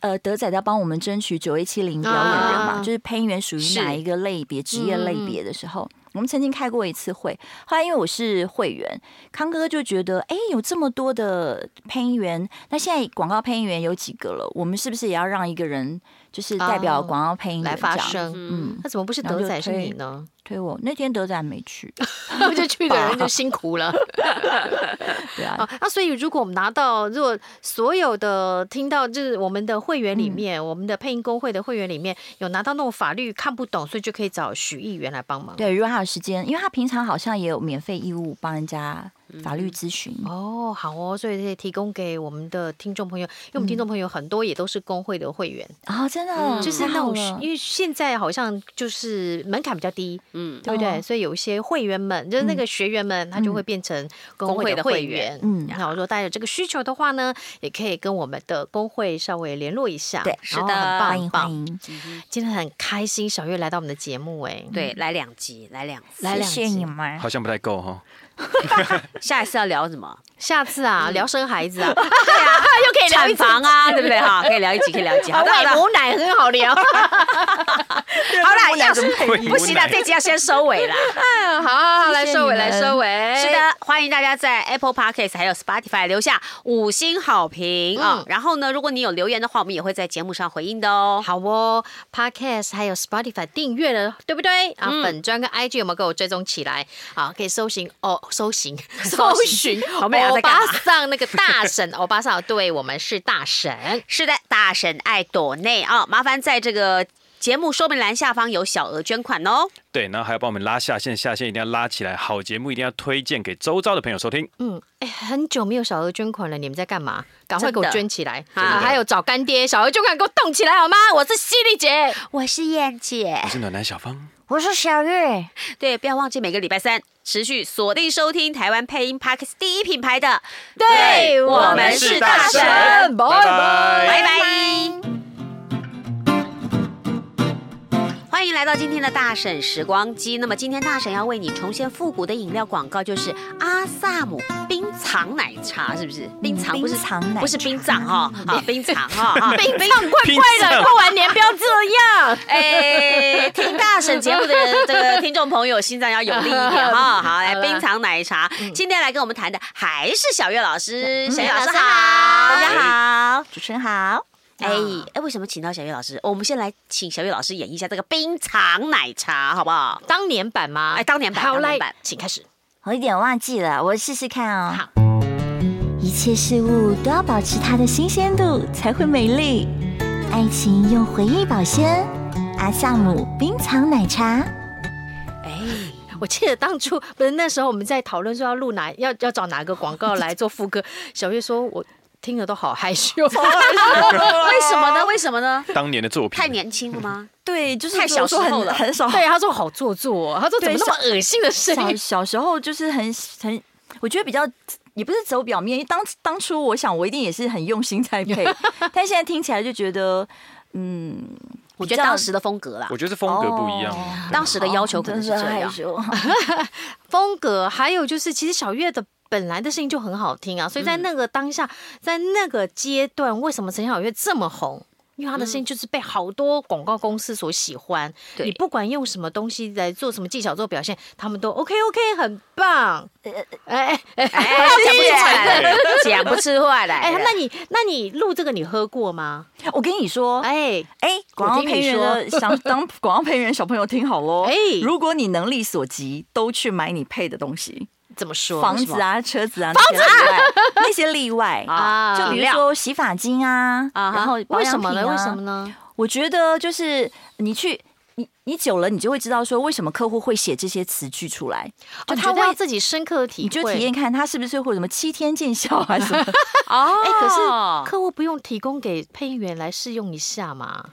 Speaker 4: 呃，德仔在帮我们争取九 A 七零表演人嘛，
Speaker 2: 啊
Speaker 4: 就是配音员属于哪一个类别、职业类别的时候，我们曾经开过一次会。后来因为我是会员，康哥就觉得，哎，有这么多的配音员，那现在广告配音员有几个了？我们是不是也要让一个人，就是代表
Speaker 2: 哦
Speaker 4: 广告配音
Speaker 2: 来
Speaker 4: 员
Speaker 2: 发
Speaker 4: 这样
Speaker 2: 声，
Speaker 4: 嗯，
Speaker 2: 那怎么不是
Speaker 4: 然后
Speaker 2: 德
Speaker 4: 就
Speaker 2: 仔是
Speaker 4: 推
Speaker 2: 你呢？ *laughs*
Speaker 4: 推我那天德仔没去，
Speaker 2: 不就去的
Speaker 4: *laughs*
Speaker 2: 人就辛苦了
Speaker 4: 对啊，
Speaker 2: 啊！那所以，如果我们拿到，如果所有的听到，就是我们的会员里面，我们的配音工会的会员里面有拿到那种法律看不懂，所以就可以找许议员来帮忙。
Speaker 4: 对，如果他有时间，因为他平常好像也有免费义务帮人家法律咨询。
Speaker 2: 哦，好哦，所以可以提供给我们的听众朋友，因为我们听众朋友很多也都是工会的会员，
Speaker 4: 啊，真的，
Speaker 2: 嗯就是
Speaker 4: 太
Speaker 2: 那
Speaker 4: 好
Speaker 2: 种
Speaker 4: 了，
Speaker 2: 因为现在好像就是门槛比较低，
Speaker 6: 嗯，
Speaker 2: 对不对？
Speaker 4: 哦嗯
Speaker 2: 所以有一些会员们，就是那个学员们，他就会变成工会的会员。
Speaker 4: 工会的会员嗯
Speaker 2: 然后如果大家有这个需求的话呢，也可以跟我们的工会稍微联络一下。
Speaker 4: 对
Speaker 2: 然后
Speaker 6: 是的
Speaker 2: 很棒，
Speaker 4: 欢
Speaker 2: 很
Speaker 4: 迎欢
Speaker 2: 棒。
Speaker 4: 迎，
Speaker 6: 嗯
Speaker 2: 今天很开心，小月来到我们的节目，哎，
Speaker 6: 对，来两集，来两次，
Speaker 2: 来
Speaker 4: 谢
Speaker 2: 两
Speaker 4: 谢
Speaker 2: 集
Speaker 4: 你们，
Speaker 5: 好像不太够哈。
Speaker 6: 下一次要聊什么？
Speaker 2: 下次啊，聊生孩 *laughs* 子啊，
Speaker 6: 对啊，又可以聊产哦房啊，对不对？哈，可以聊一集，可以聊一集。好的，好的
Speaker 2: 喂，母奶很 *laughs* 好聊。
Speaker 6: 好啦，要是
Speaker 5: 喂
Speaker 6: 不行啦，
Speaker 5: 母奶
Speaker 6: 这集要先收尾 *laughs* 啦。
Speaker 2: 好好好，来
Speaker 4: 谢谢
Speaker 2: 收尾，
Speaker 4: 你
Speaker 2: 来
Speaker 4: 们
Speaker 2: 收尾。
Speaker 6: 是的，欢迎大家在 Apple Podcast 还有 Spotify 留下五星好评啊、
Speaker 2: 嗯
Speaker 6: 然后呢，如果你有留言的话，我们也会在节目上回应的哦。
Speaker 2: 好哦，Podcast 还有 Spotify 订阅了，对不对？啊，
Speaker 6: 嗯
Speaker 2: 本专跟 IG 有没有给我追踪起来？啊，可以搜寻哦，搜 *laughs* 寻
Speaker 6: 搜
Speaker 2: 搜
Speaker 6: 寻
Speaker 2: 寻 *laughs*
Speaker 6: 我们俩在
Speaker 2: 欧
Speaker 6: 干嘛
Speaker 2: 巴桑那个大 *laughs* 神，欧巴桑，对我们是大神。
Speaker 6: 是的，大神爱朵内啊、麻烦在这个节目说明栏下方有小额捐款哦。
Speaker 5: 对，然后还要帮我们拉下线，下线一定要拉起来，好节目一定要推荐给周遭的朋友收听。
Speaker 2: 嗯，哎，很久没有小额捐款了，你们在干嘛？赶快给
Speaker 6: 真
Speaker 2: 我
Speaker 6: 的
Speaker 2: 捐起来
Speaker 6: 真
Speaker 2: 啊！
Speaker 6: 的
Speaker 2: 还有找干爹，小额捐款给我动起来好吗？我是犀利姐，
Speaker 6: 我是燕姐
Speaker 5: 我，是暖男小芳，
Speaker 3: 我是小月。
Speaker 6: 对，不要忘记每个礼拜三持续锁定收听台湾配音 Podcast 第一品牌的，
Speaker 2: 对
Speaker 6: 我们是大神
Speaker 2: 拜
Speaker 5: 拜
Speaker 2: 拜
Speaker 5: 拜。
Speaker 6: 拜拜。欢迎来到今天的大婶时光机。那么今天大婶要为你重现复古的饮料广告，就是阿萨姆冰藏奶茶，是不是？嗯冰藏不是
Speaker 4: 冰藏奶
Speaker 6: 不是
Speaker 4: 茶
Speaker 6: 冰藏哈， *laughs* 啊，冰藏哈，啊
Speaker 2: 冰棒怪
Speaker 5: 冰
Speaker 2: 怪的，
Speaker 5: 棒
Speaker 2: 过完年不要这样。
Speaker 6: *laughs* 哎，听大婶节目的这个听众朋友，心脏要有力一点 *laughs* 哈。好，来
Speaker 2: 好啦
Speaker 6: 冰糖奶茶，今天来跟我们谈的还是小月老师，嗯小月老师好，
Speaker 4: 大
Speaker 6: 大
Speaker 4: 家好，主持人好。
Speaker 6: 哎哎，为什么请到小月老师？哦我们先来请小月老师演绎一下这个冰糖奶茶，好不好？
Speaker 2: 当年版吗？
Speaker 6: 哎当年版
Speaker 2: 好
Speaker 6: 当年
Speaker 2: 来
Speaker 6: 版，
Speaker 2: 请开始。
Speaker 4: 我有点忘记了，我试试看哦。
Speaker 2: 好，
Speaker 4: 一切事物都要保持它的新鲜度，才会美丽。爱情用回忆保鲜，阿萨姆冰藏奶茶。
Speaker 6: 哎，
Speaker 2: 我记得当初不是那时候我们在讨论说要录哪要要找哪个广告来做副歌，小月说我听了都好害羞， *laughs*
Speaker 6: 为什么呢？为什么呢？
Speaker 5: 当年的作品，
Speaker 6: 太年轻了吗？
Speaker 4: *laughs* 对，就是
Speaker 6: 太小时候
Speaker 4: 我说很
Speaker 6: 了
Speaker 2: *laughs*
Speaker 4: 很少。
Speaker 2: 对，他说好做作、哦，他说怎么那么恶心的声
Speaker 4: 小
Speaker 2: 音，
Speaker 4: 小时候就是很很，我觉得比较也不是走表面，因为当当初我想我一定也是很用心在配，但现在听起来就觉得，嗯，
Speaker 6: 我觉得当时的风格啦
Speaker 5: 我，觉得是风格不一样。啊
Speaker 4: 哦
Speaker 6: 当时的要求可能是这
Speaker 4: 真的
Speaker 6: 样
Speaker 4: 害。羞。 *laughs*
Speaker 2: 风格，还有就是其实小月的。本来的声音就很好听啊，所以在那个当下，在那个阶段，为什么陈小月这么红？因为她的声音就是被好多广告公司所喜欢。
Speaker 6: 对
Speaker 2: 你不管用什么东西来做什么技巧做表现，他们都 OK OK，很棒。哎哎哎
Speaker 6: 哎，讲不出来了，讲不出话来
Speaker 2: 哎，
Speaker 6: 了。
Speaker 2: 那你那你录这个你喝过吗？
Speaker 4: 我跟你说，
Speaker 2: 哎，
Speaker 4: 哎，广告配员的想当广告配员小朋友听好喽。
Speaker 2: *laughs* 哎
Speaker 4: 如果你能力所及，都去买你配的东西，
Speaker 2: 怎么说？
Speaker 4: 房
Speaker 2: 是
Speaker 4: 子
Speaker 2: 吗
Speaker 4: 啊、车子啊，那些例外，那些例外 *laughs*
Speaker 2: 啊
Speaker 4: 就比
Speaker 6: 饮
Speaker 4: 如
Speaker 6: 料
Speaker 4: 说洗发精啊，
Speaker 6: 啊哈
Speaker 4: 然后保
Speaker 2: 为
Speaker 4: 养
Speaker 2: 什么
Speaker 4: 品
Speaker 2: 呢？
Speaker 4: 啊
Speaker 2: 为什么？呢？
Speaker 4: 我觉得就是你去。你你久了，你就会知道说为什么客户会写这些词句出来，
Speaker 2: 就哦
Speaker 4: 就
Speaker 2: 他
Speaker 4: 他
Speaker 2: 会
Speaker 4: 会
Speaker 2: 自己深刻体会，
Speaker 4: 你就体验看他是不是会什么七天见效啊什么
Speaker 2: *laughs*
Speaker 4: 的。
Speaker 6: 哦，
Speaker 2: 哎，可是客户不用提供给配音员来试用一下嘛？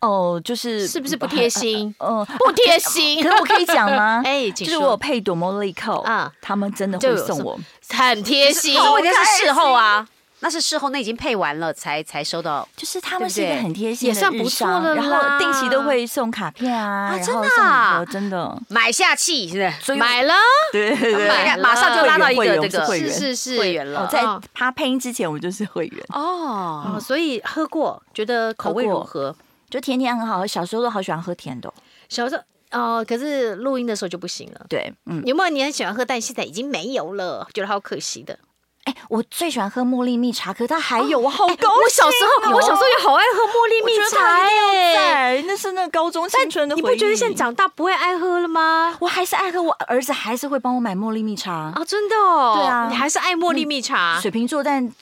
Speaker 4: 哦，就是
Speaker 2: 是不是不贴
Speaker 4: *laughs*
Speaker 2: 心？
Speaker 4: 嗯，
Speaker 2: 不贴心？
Speaker 4: *laughs* 可是我可以讲
Speaker 2: *laughs*
Speaker 4: 吗
Speaker 2: 哎
Speaker 4: 就
Speaker 2: 请
Speaker 4: 是
Speaker 2: 说
Speaker 4: 我有配朵茉莉蔻
Speaker 2: 啊
Speaker 4: 啊，他们真的
Speaker 2: 就
Speaker 4: 会
Speaker 2: 有
Speaker 4: 送
Speaker 2: 送
Speaker 4: 我。
Speaker 2: 很贴心
Speaker 4: *laughs*
Speaker 6: 可是问题是事后啊，那是事后那已经配完了才才收到。
Speaker 4: 就是他
Speaker 6: 对
Speaker 4: 们
Speaker 6: 不
Speaker 4: 是一个
Speaker 6: 对
Speaker 4: 很贴心
Speaker 2: 也
Speaker 4: 的
Speaker 2: 算
Speaker 4: 日
Speaker 2: 不错
Speaker 4: 商
Speaker 2: 了
Speaker 4: 然
Speaker 2: 啦
Speaker 4: 后定期都会送卡片啊，然
Speaker 6: 真
Speaker 4: 后
Speaker 6: 的
Speaker 4: 送
Speaker 6: 啊
Speaker 4: 礼盒真的，
Speaker 6: 买下气是不是？
Speaker 4: 所以我
Speaker 2: 买了，
Speaker 4: 对对对，
Speaker 2: 买了
Speaker 6: 马上就拉到一
Speaker 4: 会
Speaker 6: 个
Speaker 4: 员
Speaker 6: 这个
Speaker 4: 会员哦
Speaker 2: 是是是
Speaker 6: 会员了
Speaker 4: 我在他配音之前我就是会员，
Speaker 6: 哦
Speaker 2: 哦，所以喝过，觉得口味如何？
Speaker 4: 就甜甜很好喝，小时候都好喜欢喝甜的哦，
Speaker 2: 小时候哦，可是录音的时候就不行了。
Speaker 4: 对，嗯，
Speaker 2: 有没有你很喜欢喝，但现在已经没有了，觉得好可惜的？
Speaker 4: 哎，我最喜欢喝茉莉蜜茶，可它还有，我好高兴哦，
Speaker 2: 哎我小时候，我小时候也好爱喝茉莉
Speaker 4: 我
Speaker 2: 蜜
Speaker 4: 觉得
Speaker 2: 茶
Speaker 4: 它一定要
Speaker 2: 哎、
Speaker 4: 在那是那高中青春的
Speaker 2: 你
Speaker 4: 回忆，
Speaker 2: 不觉得现在长大不会爱喝了吗？
Speaker 4: 我还是爱喝，我儿子还是会帮我买茉莉蜜茶
Speaker 2: 啊，真的哦，
Speaker 4: 对啊嗯
Speaker 2: 你还是爱茉莉蜜茶
Speaker 4: 水瓶座，但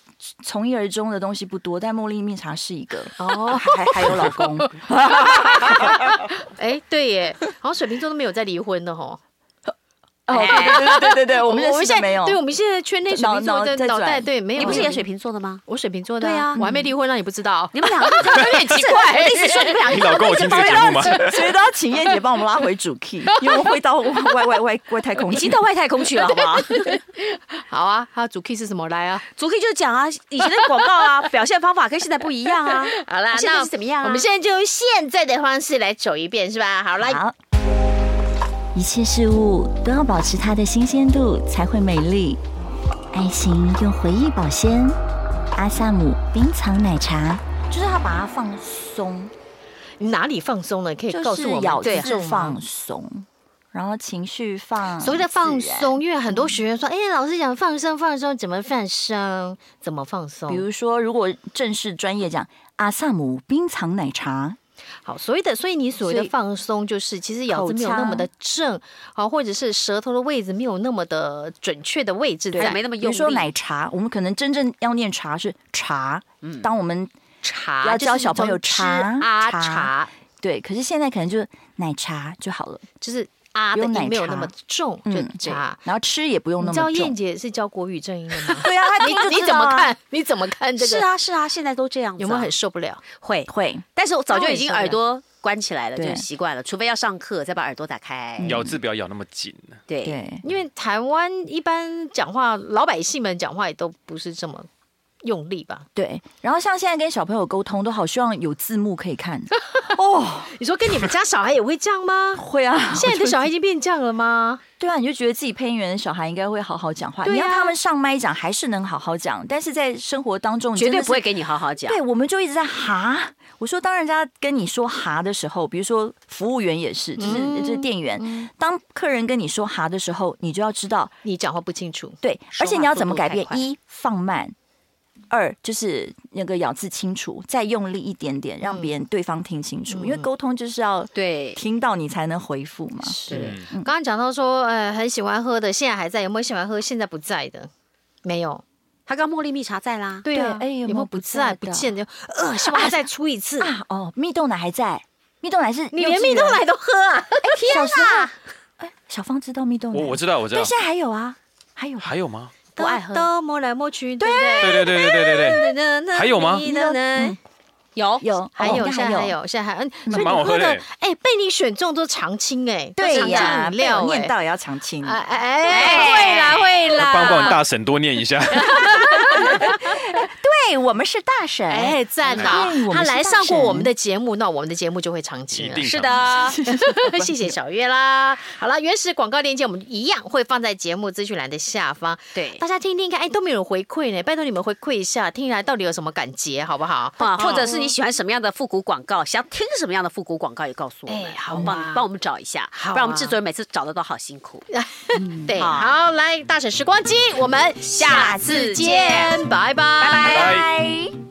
Speaker 4: 从一而终的东西不多，但茉莉蜜茶是一个。
Speaker 2: 哦，
Speaker 4: 还还有老公，
Speaker 2: 哎，对耶，好像水瓶座都没有在离婚的吼。
Speaker 4: 哦，对对对对对，我们认识
Speaker 2: 现
Speaker 4: 的
Speaker 2: 在
Speaker 4: 没有，
Speaker 2: 对，我们现在圈内水瓶
Speaker 4: 脑
Speaker 2: 座
Speaker 4: 脑
Speaker 2: 的
Speaker 4: 在
Speaker 2: 脑袋
Speaker 4: 转
Speaker 2: 对没有，
Speaker 6: 你不是也水瓶座的吗？
Speaker 2: 我水瓶座的，
Speaker 6: 对啊
Speaker 2: 我还没离婚呢，你不知道。
Speaker 6: 你们两
Speaker 2: *laughs*
Speaker 6: 个有点奇怪，我的意思说你们
Speaker 5: 啊
Speaker 6: 两个
Speaker 5: 你老公有听这个节目
Speaker 6: *laughs* 啊
Speaker 5: 吗？
Speaker 4: 所以都要请燕姐帮我们拉回主 key，因为我们会到外外外外太空
Speaker 6: 已
Speaker 4: 去
Speaker 6: 经。到外太空去了，好不好？
Speaker 2: 好啊，他主 key 是什么来啊？
Speaker 6: 主 K 就是讲啊，以前的广告
Speaker 2: *laughs*
Speaker 6: 啊，表现方法跟现在不一样啊。
Speaker 2: 好啦，
Speaker 6: 现在
Speaker 2: 那
Speaker 6: 是怎么样啊
Speaker 2: 我们现在就用现在的方式来走一遍，是吧？好啦，
Speaker 4: 好，一切事物都要保持它的新鲜度，才会美丽。爱情用回忆保鲜，阿萨姆冰藏奶茶。
Speaker 3: 就是要把它放松，
Speaker 2: 你哪里放松了？可以告
Speaker 4: 就
Speaker 2: 诉
Speaker 4: 是
Speaker 2: 我
Speaker 4: 咬
Speaker 2: 们
Speaker 4: 字
Speaker 2: 对。啊
Speaker 4: 放松，然后情绪放
Speaker 2: 所谓的放
Speaker 4: 嗯自然，嗯
Speaker 2: 松，因为很多学员说：“哎、老师讲放松，放松，怎么放松？怎么放松？”
Speaker 4: 比如说，如果正式专业讲阿萨姆冰藏奶茶，
Speaker 2: 好，所谓的，所以你所谓
Speaker 4: 所
Speaker 2: 的
Speaker 4: 以
Speaker 2: 放松，就是其实咬
Speaker 4: 口
Speaker 2: 字没有那么的
Speaker 4: 腔
Speaker 2: 正，好，或者是舌头的位置没有那么的准确的位置在，
Speaker 6: 没那么
Speaker 4: 比如
Speaker 6: 用
Speaker 4: 说
Speaker 6: 力。
Speaker 4: 奶茶，我们可能真正要念茶是茶。当我们
Speaker 2: 嗯茶
Speaker 4: 要
Speaker 2: 就是
Speaker 4: 教小朋友
Speaker 2: 从吃
Speaker 4: 茶
Speaker 2: 啊
Speaker 4: 茶
Speaker 2: 茶，
Speaker 4: 对，可是现在可能就是奶茶就好了，
Speaker 2: 就是啊
Speaker 4: 不
Speaker 2: 的
Speaker 4: 用奶
Speaker 2: 音没有那
Speaker 4: 茶
Speaker 2: 么重，就
Speaker 4: 嗯
Speaker 2: 茶。
Speaker 4: 然后吃也不用
Speaker 2: 你
Speaker 4: 那
Speaker 2: 知道
Speaker 4: 么
Speaker 2: 燕
Speaker 4: 重。
Speaker 2: 姐是教国语正音的吗？
Speaker 4: *laughs* 对啊，他
Speaker 2: 你
Speaker 4: 听就
Speaker 2: 你
Speaker 4: 知
Speaker 2: 怎
Speaker 4: 道
Speaker 2: 么
Speaker 4: 啊？
Speaker 2: 看？你怎么看这
Speaker 6: 是
Speaker 2: 个？
Speaker 6: 啊是啊，现在都这样子啊、
Speaker 2: 有没有很受不了？
Speaker 6: 会？
Speaker 4: 会，
Speaker 6: 但是我早就已
Speaker 2: 当然也
Speaker 6: 经
Speaker 2: 受不了
Speaker 6: 耳朵关起来了，
Speaker 4: 对
Speaker 6: 就习惯了。除非要上课，再把耳朵打开。
Speaker 2: 嗯
Speaker 5: 咬字不要咬那么紧，啊
Speaker 6: 对，
Speaker 4: 对，
Speaker 2: 因为台湾一般讲话，老百姓们讲话也都不是这么用力吧？
Speaker 4: 对，然后像现在跟小朋友沟通，都好希望有字幕可以看 *laughs* 哦。？
Speaker 2: 你说跟你们家小孩也会这样吗 *laughs*
Speaker 4: 会啊，
Speaker 2: 现在
Speaker 4: 我
Speaker 2: 的
Speaker 4: 就
Speaker 2: 小孩已经变这样了吗？
Speaker 4: 对啊，你就觉得自己配音员的小孩应该会好好讲话。
Speaker 2: 对
Speaker 4: 你让
Speaker 2: 啊
Speaker 4: 他们上麦讲，还是能好好讲，但是在生活当中，你
Speaker 6: 绝
Speaker 4: 真
Speaker 6: 对
Speaker 4: 的
Speaker 6: 不会
Speaker 4: 是。
Speaker 6: 给你好好讲。
Speaker 4: 对，我们就一直在哈。我说，当人家跟你说哈的时候，比如说服务员也是，就是、
Speaker 2: 嗯
Speaker 4: 就是店员，当客人跟你说哈的时候，你就要知道
Speaker 2: 你讲话不清楚，
Speaker 4: 对，
Speaker 2: 说
Speaker 4: 而且
Speaker 2: 话
Speaker 4: 你要
Speaker 2: 速
Speaker 4: 怎么
Speaker 2: 度
Speaker 4: 改
Speaker 2: 太
Speaker 4: 变？
Speaker 2: 快
Speaker 4: 一放慢，二就是那个咬字清楚，再用力一点点，
Speaker 2: 嗯
Speaker 4: 让别人对方听清楚。因为沟通就是要
Speaker 6: 对
Speaker 4: 听到你才能回复嘛。
Speaker 2: 是。刚刚讲到说，呃，很喜欢喝的，现在还在，有没有喜欢喝现在不在的？没有。
Speaker 6: 他刚茉莉蜜茶在啦，
Speaker 2: 对啊，
Speaker 4: 哎有
Speaker 2: 有
Speaker 4: 没
Speaker 2: 没
Speaker 4: 有
Speaker 2: 有
Speaker 4: 不
Speaker 2: 不
Speaker 4: 在
Speaker 2: 在
Speaker 4: 的
Speaker 2: 不见的？呃，希望他再出一次。
Speaker 4: 啊哦，蜜豆奶还在，蜜豆奶是
Speaker 2: 你
Speaker 4: 幼
Speaker 2: 连
Speaker 4: 稚
Speaker 2: 蜜豆
Speaker 4: 园
Speaker 2: 奶都喝啊？
Speaker 4: 小时候，哎，小芳知道蜜
Speaker 6: 嗯
Speaker 4: 豆奶，
Speaker 5: 我我知道我知道
Speaker 4: 但，现在还有啊，还有
Speaker 5: 还有吗？
Speaker 6: 不爱喝
Speaker 2: 啊都摸来摸去，对不啊
Speaker 5: 对对对对对对对，
Speaker 2: 对？
Speaker 5: 还有吗
Speaker 2: 你的呢
Speaker 4: 嗯
Speaker 6: 有
Speaker 4: 有，
Speaker 2: 还
Speaker 4: 哦
Speaker 2: 有，
Speaker 4: 应
Speaker 2: 现
Speaker 4: 该
Speaker 2: 在还
Speaker 4: 还。
Speaker 2: 有，现在还嗯，所以
Speaker 5: 蛮好
Speaker 2: 你
Speaker 5: 喝
Speaker 2: 喝
Speaker 5: 的
Speaker 2: 的
Speaker 5: 欸，
Speaker 2: 哎，被你选中都常青哎，都
Speaker 4: 对
Speaker 2: 常
Speaker 4: 呀，
Speaker 2: 青饮
Speaker 4: 被我
Speaker 2: 料
Speaker 4: 念
Speaker 2: 哎，
Speaker 4: 到也要常青。
Speaker 2: 哎哎，会啦会啦，
Speaker 5: 帮帮大婶多念一下。
Speaker 4: 对，我们是大神，
Speaker 2: 哎，赞啊
Speaker 4: 哎我！们
Speaker 2: 他
Speaker 4: 是
Speaker 2: 来
Speaker 4: 大
Speaker 2: 上过
Speaker 4: 神
Speaker 2: 我们的节目，那我们的节目就会常青
Speaker 5: 一
Speaker 2: 了。
Speaker 5: *laughs* 定
Speaker 6: 是
Speaker 5: 是
Speaker 2: *laughs*
Speaker 6: 的，
Speaker 2: 啊谢谢小月啦。好了，原始广告链接我们一样会放在节目资讯栏的下方， *laughs*
Speaker 6: 对
Speaker 2: 大。家听听看。哎，都没有人回馈呢，拜托你们回馈一下，听起来到底有什么感觉，好不好？
Speaker 6: 啊，或者是你喜欢什么样的复古广告，想听什么样的复古广告也告诉我们
Speaker 2: 哎，好啊
Speaker 6: 帮帮我们找一下，
Speaker 2: 好啊
Speaker 6: 不然我们制作人每次找的都好辛苦。
Speaker 2: 对，
Speaker 6: 好
Speaker 2: 好，来大婶时光机，我们下次见，拜拜，拜
Speaker 5: 拜。